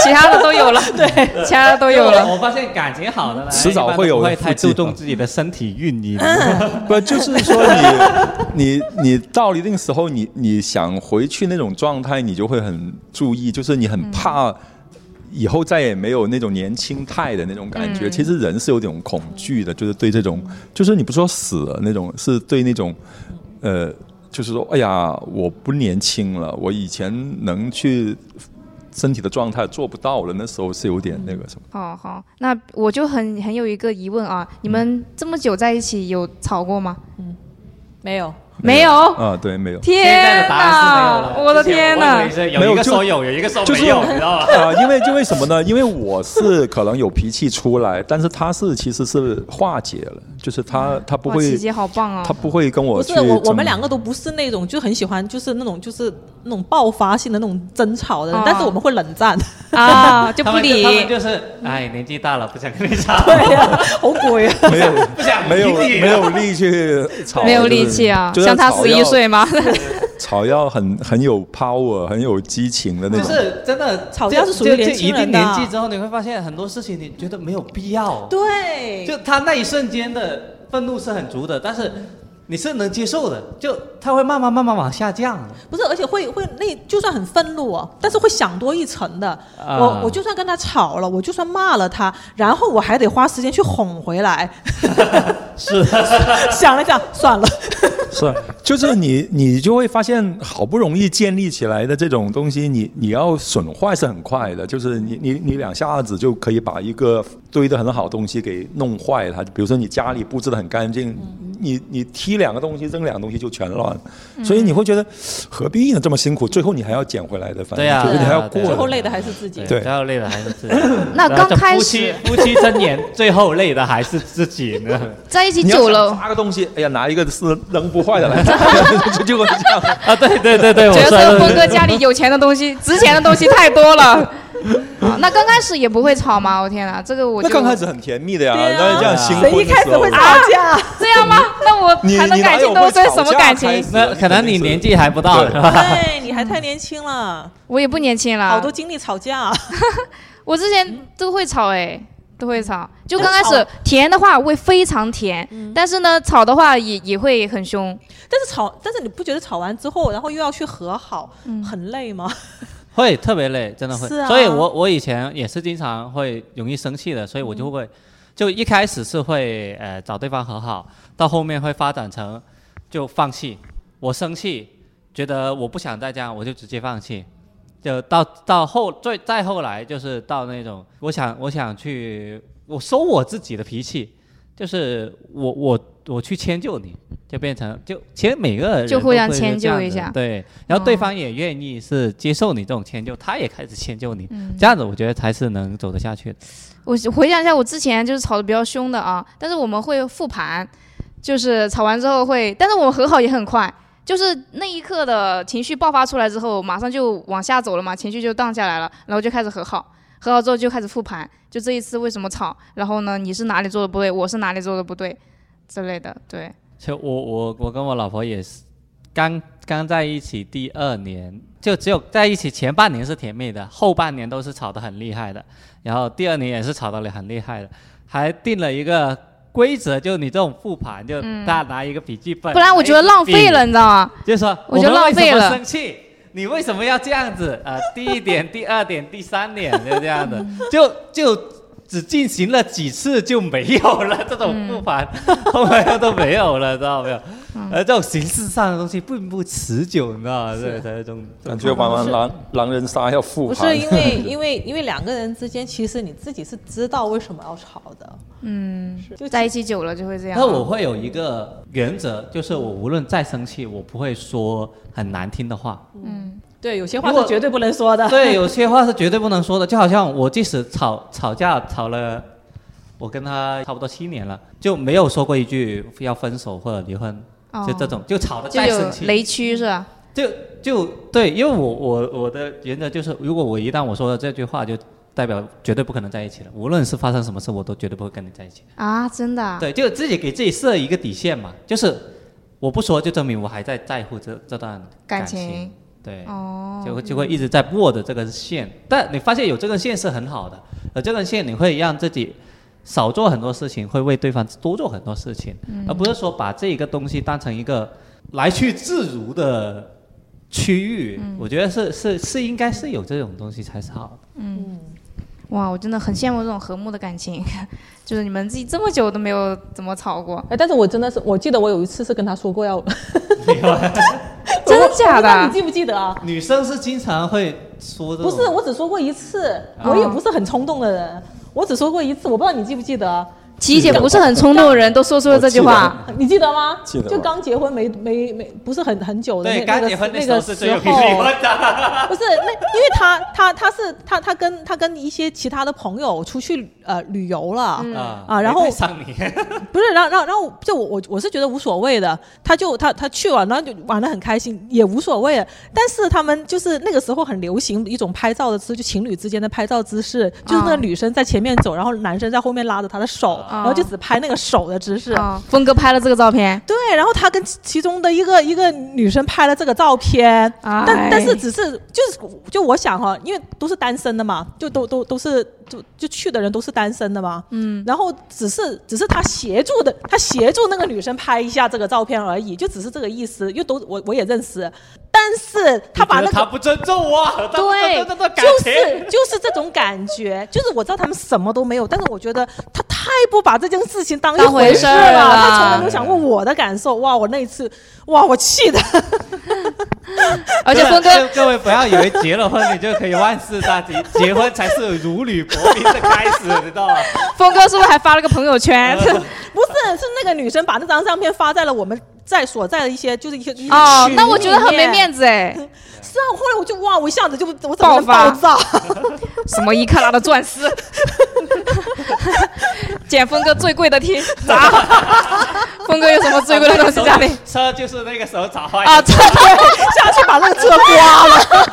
S1: 其他的都有了，对，其他的都有了。
S2: 我发现感情好的呢，
S4: 迟早
S2: 一般都
S4: 会有
S2: 不会
S4: 腹
S2: 太
S4: 肌嗯
S2: 注重自己的身体运营。
S3: 嗯
S4: 不就是说 你你你到了一定时候，你你想回去那种状态，你就会很注意，就是你
S1: 嗯
S4: 很怕以后再也没有那种年轻态的那种感
S1: 嗯
S4: 觉。其实人是有点恐惧的，就是对这种，就是你不说死了那种，是对那种呃，就是说，哎呀，我不年轻了，我以前能去。身体的状态做不到了，那时候是有点那个什么。
S1: 好好，那我就很很有一个疑问啊，你们这么久在一起有吵过吗？
S3: 嗯没有，
S1: 没有。
S4: 啊，对，没有。
S2: 现在
S1: 天
S2: 的答案是没有了
S1: 哪，我的天哪！
S4: 没
S2: 有
S4: 有
S2: 一个
S4: 就
S2: 说有，有一个说
S4: 就是
S2: 没有，你知 道吧？
S4: 啊、因为因为什么呢？因为我是可能有脾气出来，但是他是其实是化解了，就是他他不
S1: 哇，琪
S4: 会
S1: 琪好棒哦
S4: 他！不会跟
S3: 不
S4: 我去
S3: 是我我
S4: 争
S3: 们两个都不是那种就很喜欢就是那种就是那种爆发性的那种争吵的人，
S1: 哦
S3: 但是我们会冷战，
S1: 啊，就
S2: 他
S1: 不
S2: 们就他们
S1: 理。
S2: 就是，哎，年纪大了，不想跟你吵，
S3: 对呀、好鬼啊！
S4: 没有
S2: 不想
S4: 没有
S2: 理你
S4: 没有力去吵，
S1: 没有
S4: 就是
S1: 力气啊，
S4: 就是
S1: 像他
S4: 吵
S1: 十一
S4: 要
S1: 岁吗？
S4: 吵要很很有 power，很有激情的那
S2: 就
S4: 种。
S2: 是真的
S3: 吵
S2: 就
S3: 架是属于
S2: 就就
S3: 年轻
S2: 一定
S3: 人的
S2: 年纪之后，你会发现很多事情你觉得没有必要，
S3: 对，
S2: 就他那一瞬间的愤怒是很足的，但是你是能接受的，就他会慢慢慢慢往下降的。
S3: 不是，而且会会那就算很愤怒哦，但是会想多一层的。
S2: 啊
S3: 我我就算跟他吵了，我就算骂了他，然后我还得花时间去哄回 来。
S2: 是，
S4: 啊
S3: 想了想，算了，
S4: 是，就是你，你就会发现，好不容易建立起来的这种东西，你你要损坏是很快的，就是你你你两下子就可以把一个堆的很好的东西给弄坏它。比如说你家里布置的很干净，你你踢两个东西，扔两个东西就全乱，所以你会觉得何必呢？这么辛苦，最后你还要捡回来的，反
S2: 对
S4: 正
S2: 呀
S4: 就是你还要
S2: 对呀
S3: 最
S4: 过
S2: 对呀
S3: 后
S4: 的。
S3: 累的还是自己。
S4: 对
S2: 最后累的还是自己。
S1: 那刚开
S2: 夫妻
S1: 始
S2: 夫妻真言， 最后累的还是自己呢。
S1: 在一起
S4: 你要
S1: 久
S4: 想
S1: 了，
S4: 砸个东西，哎呀，拿一个是扔不坏的来砸， 就就会这样。
S2: 啊，对对对对，我
S1: 觉
S2: 说
S1: 得
S2: 的
S1: 峰哥家里有钱的东西、值钱的东西太多 了。啊，那刚开始也不会吵吗？我天哪，这个我
S4: 那
S1: 就
S4: 刚开始很甜蜜的呀，
S3: 对呀
S4: 那这样新婚
S3: 谁
S4: 的
S3: 一开
S4: 时
S3: 始
S4: 候
S3: 会吵架？
S1: 这样吗？那我
S4: 你
S1: 谈的
S4: 你哪
S1: 感情
S4: 有
S1: 都
S4: 会
S1: 对
S4: 吵
S1: 什么
S4: 架
S1: 感
S4: 开
S1: 情
S4: 始？
S2: 那可能你年纪还不到，
S4: 对
S2: 是吧？
S3: 对你还太年轻了，
S1: 我也不年轻了，
S3: 好多精力吵架。啊
S1: 我之前都会吵哎、都会吵。就
S3: 那
S1: 刚开始
S3: 吵
S1: 甜的话会非常甜，
S4: 嗯
S1: 但是呢，吵的话也也会很凶。
S3: 但是吵，但是你不觉得吵完之后，然后又要去和好，很累吗？
S2: 会特别累，真的会。
S3: 是啊
S2: 所以我我以前也是经常会容易生气的，所以我
S1: 嗯
S2: 就会，就一开始是会呃找对方和好，到后面会发展成就放弃。我生气，觉得我不想再这样，我就直接放弃。就到到后最再后来就是到那种，我想我想去我收我自己的脾气，就是我我我去迁就你，就变成就其实每个人
S1: 就
S2: 都
S1: 互相
S2: 会是
S1: 迁
S2: 这样
S1: 就一
S2: 子
S1: 下
S2: 对，然后对
S1: 哦
S2: 方也愿意是接受你这种迁就，他也开始迁就你，
S1: 嗯
S2: 这样子我觉得才是能走得下去的。
S1: 我回想一下，我之前就是吵得比较凶的啊，但是我们会复盘，就是吵完之后会，但是我们和好也很快，就是那一刻的情绪爆发出来之后，马上就往下走了嘛，情绪就荡下来了，然后就开始和好，和好之后就开始复盘，就这一次为什么吵，然后呢，你是哪里做的不对，我是哪里做的不对之类的，对，
S2: 就我我我跟我老婆也是刚刚在一起第二年，就只有在一起前半年是甜蜜的，后半年都是吵得很厉害的，然后第二年也是吵得很厉害的，还定了一个。规则就你这种复盘，就大家拿一个笔记本，
S1: 嗯不然我觉得浪费
S2: 哎
S1: 了，你知道吗？
S2: 就是说
S1: 我觉得
S2: 们为
S1: 浪
S2: 什
S1: 费
S2: 么
S1: 了
S2: 生气，你为什么要这样子？啊？ 第一点、第二点、第三点，就这样
S1: 嗯
S2: 子，就就只进行了几次就没有了这
S1: 嗯
S2: 种复盘，后来都没有了，知道没有？
S1: 嗯
S2: 而这种形式上的东西并不持久，你知道吗？这才是重
S4: 感
S1: 啊
S4: 觉玩完狼狼人杀要复
S3: 不是
S4: 盘，
S3: 因为因为因为两个人之间，其实你自己是知道为什么要吵的。嗯，就
S1: 在一起久了就会这样啊。
S2: 哎那我会有一个原则，就是我无论再生气，我不会说很难听的话。
S3: 对有些话
S2: 如果
S3: 是绝对不能 说的。
S2: 对，有些话是绝对不能说的，就好像我即使吵吵架吵了，我跟他差不多七年了，就没有说过一句要分手或者离婚，
S1: 哦
S2: 就这种就吵得
S1: 就
S2: 再
S1: 有
S2: 生气，
S1: 雷区是吧？
S2: 就就对，因为我我我的原则就是，如果我一旦我说了这句话，就代表绝对不可能在一起了，无论是发生什么事，我都绝对不会跟你在一起。
S1: 啊，真的啊、
S2: 对，就自己给自己设一个底线嘛，就是我不说，就证明我还在在乎这这段
S1: 感
S2: 情。
S1: 情
S2: 对，
S1: 哦，
S2: 就会就会一直在握着这根线。但你发现有这根线是很好的，有这根线你会让自己少做很多事情，会为对方多做很多事情，而不是说把这一个东西当成一个来去自如的区域。我觉得是是是应该是有这种东西才是好的。
S1: 哇，我真的很羡慕这种和睦的感情， 就是你们自己这么久都没有怎么吵过，
S3: 哎，但是我真的是，我记得我有一次是跟他说过要，
S1: 真的假
S3: 我不知道 你
S1: 的？
S3: 记不记得啊？
S2: 女生是经常会说这
S3: 不
S2: 种
S3: 是，我只说过一次，
S2: 啊
S3: 我也不是很冲动的人，我只说过一次，我不知道你记不记
S2: 啊
S3: 得，
S1: 琪姐不是很冲动的人，都说出了这句话。
S3: 你记得吗？
S4: 记得
S3: 就
S4: 吧
S3: 刚结婚没没没，不是很很久的
S2: 对
S3: 那
S2: 刚结婚
S3: 那
S2: 那时候
S3: 个那
S2: 是
S3: 个
S2: 最
S3: 时
S2: 有
S3: 候，
S2: 离婚的，
S3: 不是那，因为他他他是他他跟他跟一些其他的朋友出去呃旅游了，
S1: 嗯
S3: 啊然后
S2: 没带上你，
S3: 不是，然后然后然后就我我我是觉得无所谓的，他就他他去了，然后就玩的很开心，也无所谓。但是他们就是那个时候很流行一种拍照的姿势，就情侣之间的拍照姿势，就是那个
S1: 啊
S3: 女生在前面走，然后男生在后面拉着她的手，然后就只拍那个手的姿势。
S1: 啊，峰哥拍了这个照片，
S3: 对，然后他跟其其中的一个一个女生拍了这个照片，
S1: 哎
S3: 但但是只是就是就我想哈，因为都是单身的嘛，就都都都是就就去的人都是单身的嘛，嗯，然后只是只是他协助的，他协助那个女生拍一下这个照片而已，就只是这个意思，因为都我我也认识，但是他把
S2: 你
S3: 那
S2: 觉得他
S3: 个。
S2: 不尊重我，他不
S3: 对
S2: 尊重这，段感
S3: 就
S2: 情。
S3: 是就是这种感觉，就是我知道他们什么都没有，但是我觉得他太不把这件事情当一
S1: 当回
S3: 回
S1: 事
S3: 事
S1: 儿
S3: 了，
S1: 了
S3: 他从来没有想过我的感受。哇，我那一次，哇，我气的，
S1: 而且峰
S2: 各位
S1: 哥，
S2: 各位不要以为结了婚你就可以万事大吉，结婚才是如履薄冰的开始，你知 道吗？
S1: 峰哥是不是还发了个朋友 圈？
S3: 不是，是那个女生把那张照片发在了我们在所在的一些，就是一些
S1: 哦
S3: 群，
S1: 那我觉得很没
S3: 里
S1: 面子哎，
S3: 是啊，后来我就哇，我一下子就我怎么
S1: 爆
S3: 能
S1: 发
S3: 爆炸？
S1: 什么一克拉的钻 石，捡峰哥最贵的 听砸。峰哥有什么最贵的东西家 里？
S2: 车就是那个时候砸坏的
S1: 啊，这
S3: 下去把那个 车刮了。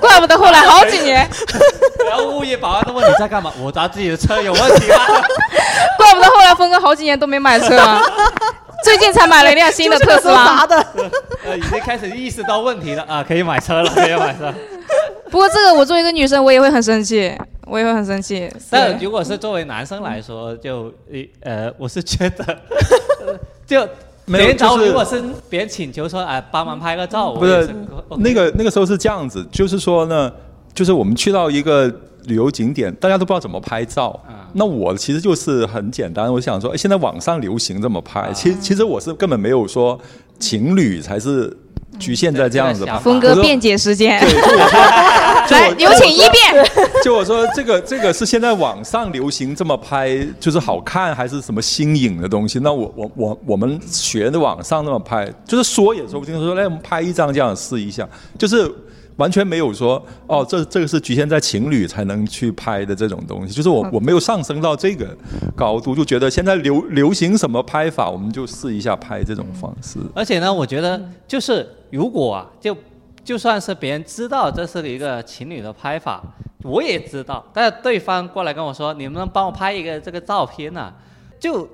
S1: 怪不得后来好几年，
S2: 然后物业保安都问你在干嘛，我砸自己的车有问题吗？
S1: 怪不得后来峰哥好几年都没买车 啊，最近才买了一辆新的
S3: 就是那
S1: 特
S3: 个
S1: 斯
S3: 时候
S1: 拉
S3: 砸。的，
S2: 呃，已经开始意识到问题了啊，可以买车了，可以买车。
S1: 不过这个我作为一个女生，我也会很生气，我也会很生气。
S2: 但
S1: 对
S2: 如果是作为男生来说，就呃，我是觉得 就。呃
S4: 没
S2: 别
S4: 有
S2: 人找我，
S4: 就是嗯
S2: 如果是别人请求说，哎，帮忙拍个照，我
S4: 不
S2: 也
S4: 是
S2: 是 OK
S4: 那个那个时候是这样子，就是说呢，就是我们去到一个旅游景点，大家都不知道怎么拍照。那我其实就是很简单，我想说，哎现在网上流行这么拍，其实其实我是根本没有说情侣才是局限在这样子
S2: 嗯这个
S4: 拍
S2: 想。法
S1: 峰哥辩解时间，
S4: 就我
S1: 来有请一辩。
S4: 就我说这个这个是现在网上流行这么拍，就是好看还是什么新颖的东西？那我我我我们学的网上那么拍，就是说也说不定说，来我们拍一张这样试一下，就是完全没有说哦，这这个是局限在情侣才能去拍的这种东西，就是我我没有上升到这个高度，就觉得现在流流行什么拍法，我们就试一下拍这种方式。
S2: 而且呢，我觉得
S4: 嗯
S2: 就是如果啊，就就算是别人知道这是一个情侣的拍法，我也知道，但是对方过来跟我说，你能不能帮我拍一个这个照片呢、就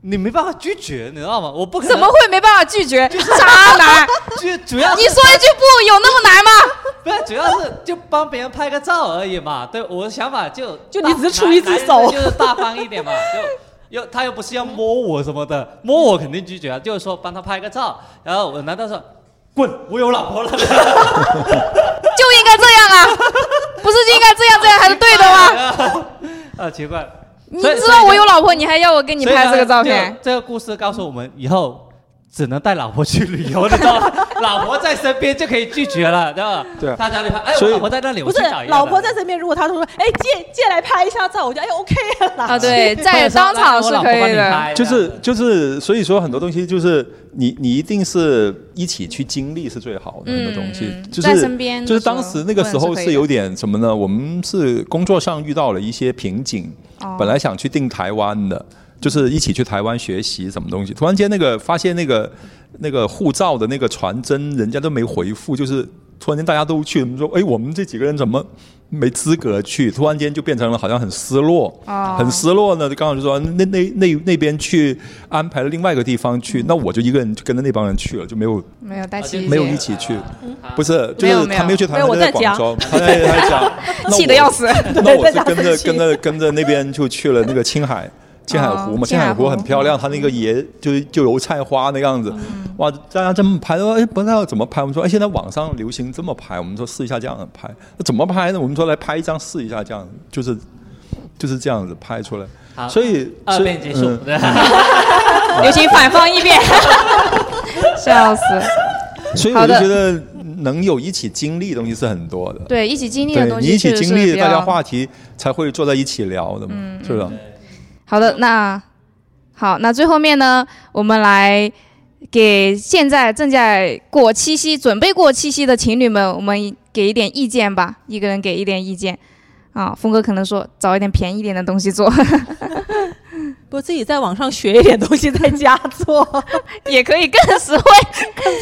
S2: 你没办法拒绝，你知道吗？我不可能
S1: 怎么会没办法拒 绝？渣男！
S2: 拒，主要
S1: 你说一句不，有那么难吗？
S2: 不是，主要是就帮别人拍个照而已嘛。对，我的想法就
S3: 就你只是出一只手
S2: 男男人就是大方一点嘛。就又他又不是要摸我什么的，摸我肯定拒绝啊。就是说帮他拍个照，然后我难道说滚，我有老婆了？
S1: 就应该这样啊， 不是就应该这样这样才是对的吗？
S2: 吗？ 啊，奇怪，
S1: 你
S2: 所以
S1: 知道我有老婆，你还要我给你拍这个照？
S2: 所以呢所以
S1: 片
S2: 呢？就这个故事告诉我们，以后只能带老婆去旅游，你知道吗？老婆在身边就可以拒绝了，对吧？
S4: 对啊
S2: 他家里拍，哎，
S4: 所
S2: 我
S4: 以
S2: 老婆在那里，
S3: 不
S2: 我
S3: 是
S2: 去找一个
S3: 老婆
S2: 吧
S3: 在身边，如果他说哎借借来拍一下照，我就哎 OK 了。
S1: 啊，对，在当场是可以的。，
S4: 就是就是，所以说很多东西就是你你一定是一起去经历是最好的
S1: 嗯
S4: 很多东西
S1: 嗯，
S4: 就是
S1: 在身边的
S4: 就是
S1: 时候
S4: 当时那个时候
S1: 问是可以
S4: 是有点什么呢？我们是工作上遇到了一些瓶颈
S1: 哦，
S4: 本来想去定台湾的，就是一起去台湾学习什么东西，突然间那个发现那个那个护照的那个传真人家都没回复，就是。突然间大家都去，我们说，哎，我们这几个人怎么没资格去？突然间就变成了好像很失落，
S1: 哦
S4: 很失落呢。就刚好就说那那那那边去安排了另外一个地方去，那我就一个人就跟着那帮人去了，啊就没有
S1: 没有带起，
S4: 没有一起去，不是，就
S1: 没有
S4: 是
S1: 没
S4: 他
S1: 有，
S4: 没有去台
S3: 没有
S4: 湾，
S3: 我
S4: 他
S3: 在
S4: 在
S3: 家
S4: 广州，他在他在家
S1: 气得要 死。
S4: 那我
S3: 在
S4: 是
S3: 家
S4: 跟
S3: 生
S4: 着
S3: 气
S4: 跟着跟着那边就去了那个青海。青海湖
S1: 哦
S4: 嘛，青
S1: 青
S4: 海
S1: 海湖
S4: 湖很漂亮，它那个椰就就油菜花那样子，
S1: 嗯
S4: 哇！大家这么拍，说哎，不知道怎么拍。我们说，哎，现在网上流行这么拍，我们说试一下这样的拍，那怎么拍呢？我们说来拍一张试一下，这样就是就是这样子拍出来。
S2: 好
S4: 所以
S2: 二
S4: 所以
S2: 遍结束
S4: 嗯，
S1: 有请反放一 遍， 笑死。
S4: 所以
S1: 好
S4: 我就
S1: 的
S4: 觉得能有一起经历的东西是很多的。
S1: 对，一起经历的
S4: 对
S1: 东
S4: 你
S1: 西，
S4: 一起经历，大家
S1: 画。
S4: 话题才会坐在一起聊的嘛，
S1: 嗯
S4: 是吧？
S1: 好的，那好，那最后面呢，我们来给现在正在过七夕、准备过七夕的情侣们，我们给一点意见吧，一个人给一点意见。啊，峰哥可能说找一点便宜一点的东西做
S3: 不自己在网上学一点东西，在家做
S1: 也可以更实惠，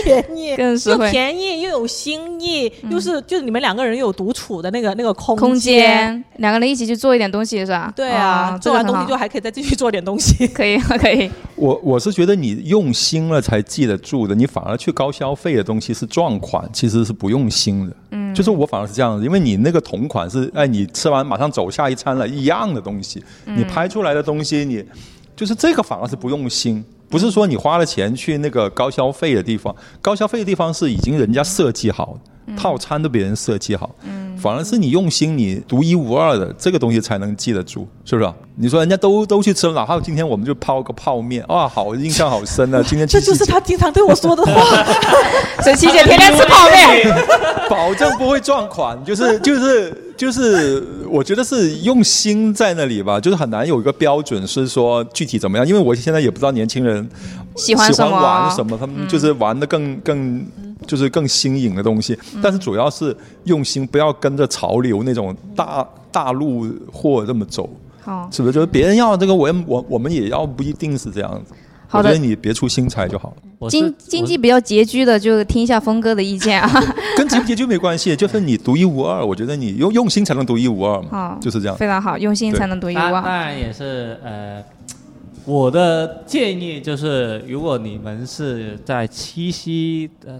S3: 便宜。
S1: 更实
S3: 又
S1: 惠。嗯
S3: 便宜又有新意，又是就是你们两个人有独处的那个那个空
S1: 空间，两个人一起去做一点东西是吧？
S3: 对啊，
S1: 哦
S3: 做完东西
S1: 这
S3: 就
S1: 个
S3: 还可以再继续做点 东
S1: 很
S3: 西。
S1: 好可以，可以。
S4: 我我是觉得你用心了才记得住的，你反而去高消费的东西是撞款，其实是不用心的。嗯，就是我反而是这样子，因为你那个同款是，哎，你吃完马上走下一餐了，一样的东西，你拍出来的东西你，就是这个反而是不用心。不是说你花了钱去那个高消费的地方，高消费的地方是已经人家设计好的，套餐都别人设计好，反而是你用心，你独一无二的这个东西才能记得住，是不是啊？你说人家都都去吃了，哪怕今天我们就泡个泡面，哇，好印象好深啊！今天
S3: 这
S4: 七夕
S3: 就是
S4: 节
S3: 他经常对我说的话。
S1: 所以琪姐天天吃泡面，
S4: 保证不会撞款，就是 就是就是，我觉得是用心在那里吧，就是很难有一个标准是说具体怎么样，因为我现在也不知道年轻人
S1: 喜欢什么嗯
S4: 玩什么，他们就是玩的更更就是更新颖的东西，
S1: 嗯
S4: 但是主要是用心，不要跟着潮流那种大大路货这么走，
S1: 好，
S4: 是不是？就是别人要这个，我也我我们也要，不一定是这样子。
S1: 好的
S4: 我觉得你别出新彩就好了。
S2: 我是
S1: 经经
S2: 我
S1: 济比较拮据的，就听一下峰哥的意见啊。
S4: 跟结不结局没关系，就是你独一无二。我觉得你用用心才能独一无二嘛
S1: 哦，
S4: 就是这样。
S1: 非常好，用心才能啊独一无
S2: 当
S1: 二。
S2: 当然也是呃，我的建议就是，如果你们是在七夕呃，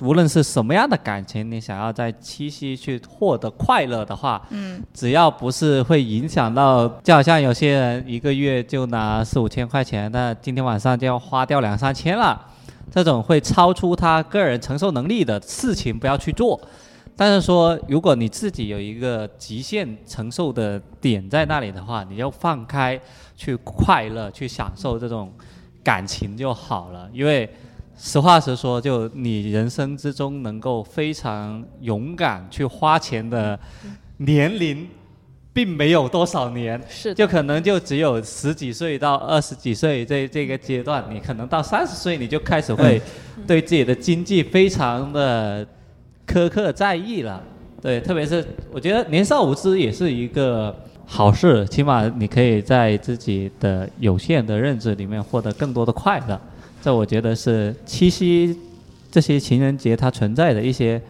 S2: 无论是什么样的感情，你想要在七夕去获得快乐的话，嗯，只要不是会影响到，就好像有些人一个月就拿四五千块钱，那今天晚上就要花掉两三千了。这种会超出他个人承受能力的事情不要去做。但是说，如果你自己有一个极限承受的点在那里的话，你就放开去快乐，去享受这种感情就好了。因为实话实说，就你人生之中能够非常勇敢去花钱的年龄，并没有多少年。
S3: 是
S2: 就可能就只有十几岁到二十几岁这这个阶段，你可能到三十岁你就开始会对自己的经济非常的苛刻在意了。对，特别是我觉得年少无知也是一个好事，起码你可以在自己的有限的认知里面获得更多的快乐。这我觉得是七夕这些情人节它存在的一些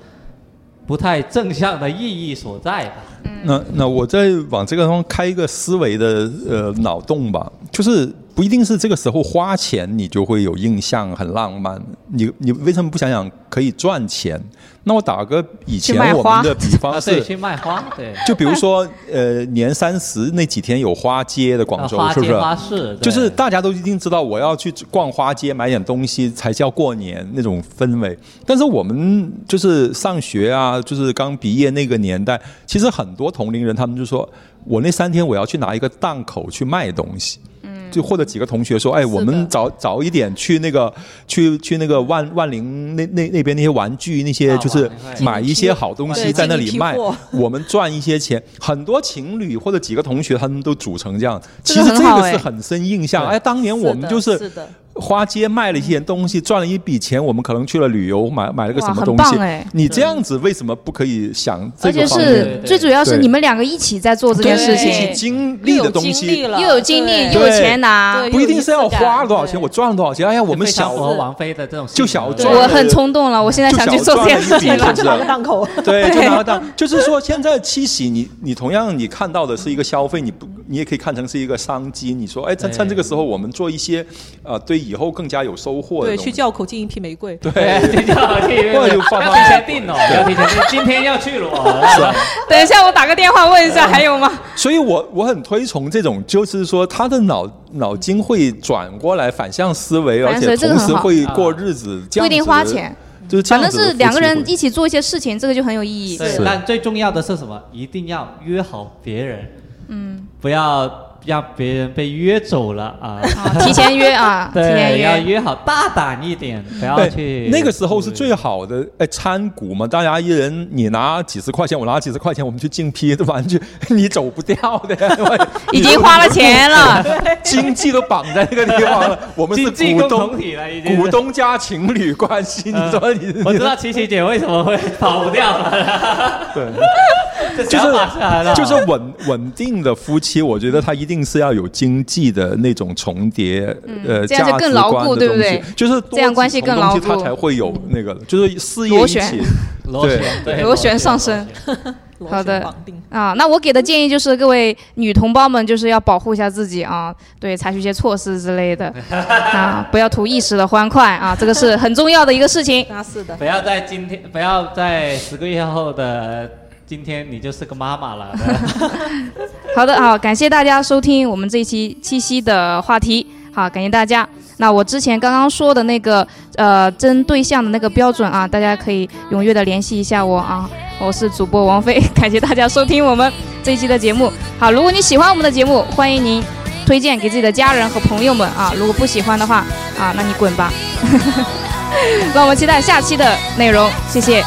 S2: 不太正向的意义所在吧。
S4: 那那我再往这个地方开一个思维的呃脑洞吧，就是不一定是这个时候花钱你就会有印象很浪漫，你你为什么不想想可以赚钱？那我打个以前
S1: 去卖
S4: 我
S1: 花
S4: 们的比方
S2: 啊，
S4: 是
S2: 对，，去卖花，对。
S4: 就比如说呃年三十那几天有花街的广州
S2: 呃啊花
S4: 是不
S2: 街
S4: 是？
S2: 花市，对
S4: 就是大家都一定知道，我要去逛花街买点东西才叫过年那种氛围。但是我们就是上学啊，就是刚毕业那个年代，其实很多同龄人他们就说，我那三天我要去拿一个档口去卖东西。就或者几个同学说，哎，我们早早一点去那个去去那个万万宁那那那边那些玩具那些，
S2: 啊
S4: 就是
S2: 玩具
S4: 买一些好东
S3: 对
S4: 西在那
S3: 进一
S4: 里
S3: 批
S4: 卖
S3: 货，
S4: 我们赚一些钱。很多情侣或者几个同学他们都组成这样，
S1: 这
S4: 其
S1: 个
S4: 实
S1: 很
S4: 这
S1: 好
S4: 个
S1: 哎
S4: 是很深印象。
S2: 对
S4: 哎，当年我们就是
S3: 是的，
S4: 花街卖了一些东西，赚了一笔钱，我们可能去了旅游，买买了个
S1: 哇
S4: 什么
S1: 很
S4: 东
S1: 棒
S4: 西
S1: 哎。
S4: 你这样子为什么不可以想这
S1: 而
S4: 个
S1: 且
S4: 方面？
S1: 是最主要是你们两个一起在做这件事
S4: 对一
S1: 情，
S4: 起经
S3: 又
S4: 历
S3: 有
S4: 的东
S3: 经历
S4: 西，
S3: 了，
S1: 又有精力，
S4: 对
S1: 又有钱拿
S3: 对。
S4: 不一定是要花了多少
S3: 对
S4: 钱，我赚了多少钱。哎呀，我们
S2: 非常
S4: 小
S2: 符合王菲的这种性格，
S4: 就小
S2: 对
S4: 赚
S1: 我很冲动了，我现在想去做这件事情
S4: 就想
S1: 了
S4: 赚。
S3: 就拿个档口。
S4: 对，就 拿到，就是说现在七喜，你你同样你看到的是一个消费，你不你也可以看成是一个商机。你说，哎，趁趁这个时候，我们做一些呃，对以后更加有收获的
S3: 对，
S4: 东
S3: 去
S4: 西。
S3: 叫口进一批玫瑰。
S2: 对， 提前好去，
S4: 或者就 放
S2: 要提前定哦，要提前定，今天要 去罗
S4: 啊
S2: 了。
S1: 等一下，我打个电话问一
S4: 嗯
S1: 下还有吗？
S4: 所以我我很推崇这种，就是说他的脑脑筋会转过来，反向思维，而
S1: 反向思维
S4: 且
S1: 这个
S4: 同
S1: 很
S4: 时
S1: 好啊
S4: 会过日子，这
S1: 不
S4: 样
S1: 一定
S4: 子
S1: 花
S4: 的
S1: 钱，
S4: 就是这
S1: 反
S4: 样
S1: 正
S4: 子的
S1: 是
S4: 夫
S1: 两
S4: 妻
S1: 个
S4: 会
S1: 人一起做一些事情，这个就很有意义。
S2: 对，
S4: 是啊
S2: 但最重要的是什么？一定要约好别人，嗯，不要让别人被约走了啊。，
S1: 啊，提前约啊 提前
S2: 对，要
S1: 约。
S2: 约好，大胆一点，不要
S4: 对，
S2: 去。嗯
S4: 那个时候是最好的哎参股嘛，大家一人你拿几十块钱，我拿几十块钱，我们去竞批 的玩具，你走不掉的，因为
S1: 已经花了钱 了，
S4: 经济都绑在那个地 方了，我们是
S2: 经济
S4: 股
S2: 共
S4: 东
S2: 同。体了，已经。
S4: 股，东加情侣关系，你说你
S2: 嗯我知道琪琪姐为什么会跑不掉了，
S4: 对，
S2: 这
S4: 就
S2: 想法是很好
S4: 是就是稳稳定的夫妻，我觉得他一定是要有经济的那种重叠，呃，
S1: 嗯这样就
S4: 价值
S1: 更牢
S4: 观
S1: 固
S4: 的
S1: 对不
S4: 东西
S1: 对
S4: 就是多
S1: 这样关系
S4: 几重
S1: 更
S4: 东
S1: 牢
S4: 西
S1: 固
S4: 他才会有那个，就是事业
S1: 螺
S4: 一
S1: 旋
S4: 起。
S2: 螺旋对
S1: 螺旋上升。
S3: 螺
S1: 好
S3: 旋
S1: 的
S3: 绑定
S1: 啊，那我给的建议就是各位女同胞们，就是要保护一下自己啊，对，采取一些措施之类的啊，不要图一时的欢快啊，这个是很重要的一个事情。
S3: 那是的，
S2: 不要在今天，不要在十个月后的今天，你就是个妈妈了。
S1: 好的，好，感谢大家收听我们这一期七夕的话题，好，感谢大家。那我之前刚刚说的那个呃征对象的那个标准啊，大家可以踊跃的联系一下我啊，我是主播王菲，感谢大家收听我们这一期的节目。好，如果你喜欢我们的节目，欢迎您推荐给自己的家人和朋友们啊，如果不喜欢的 话啊，那你滚吧。让我们期待下期的内容，谢谢，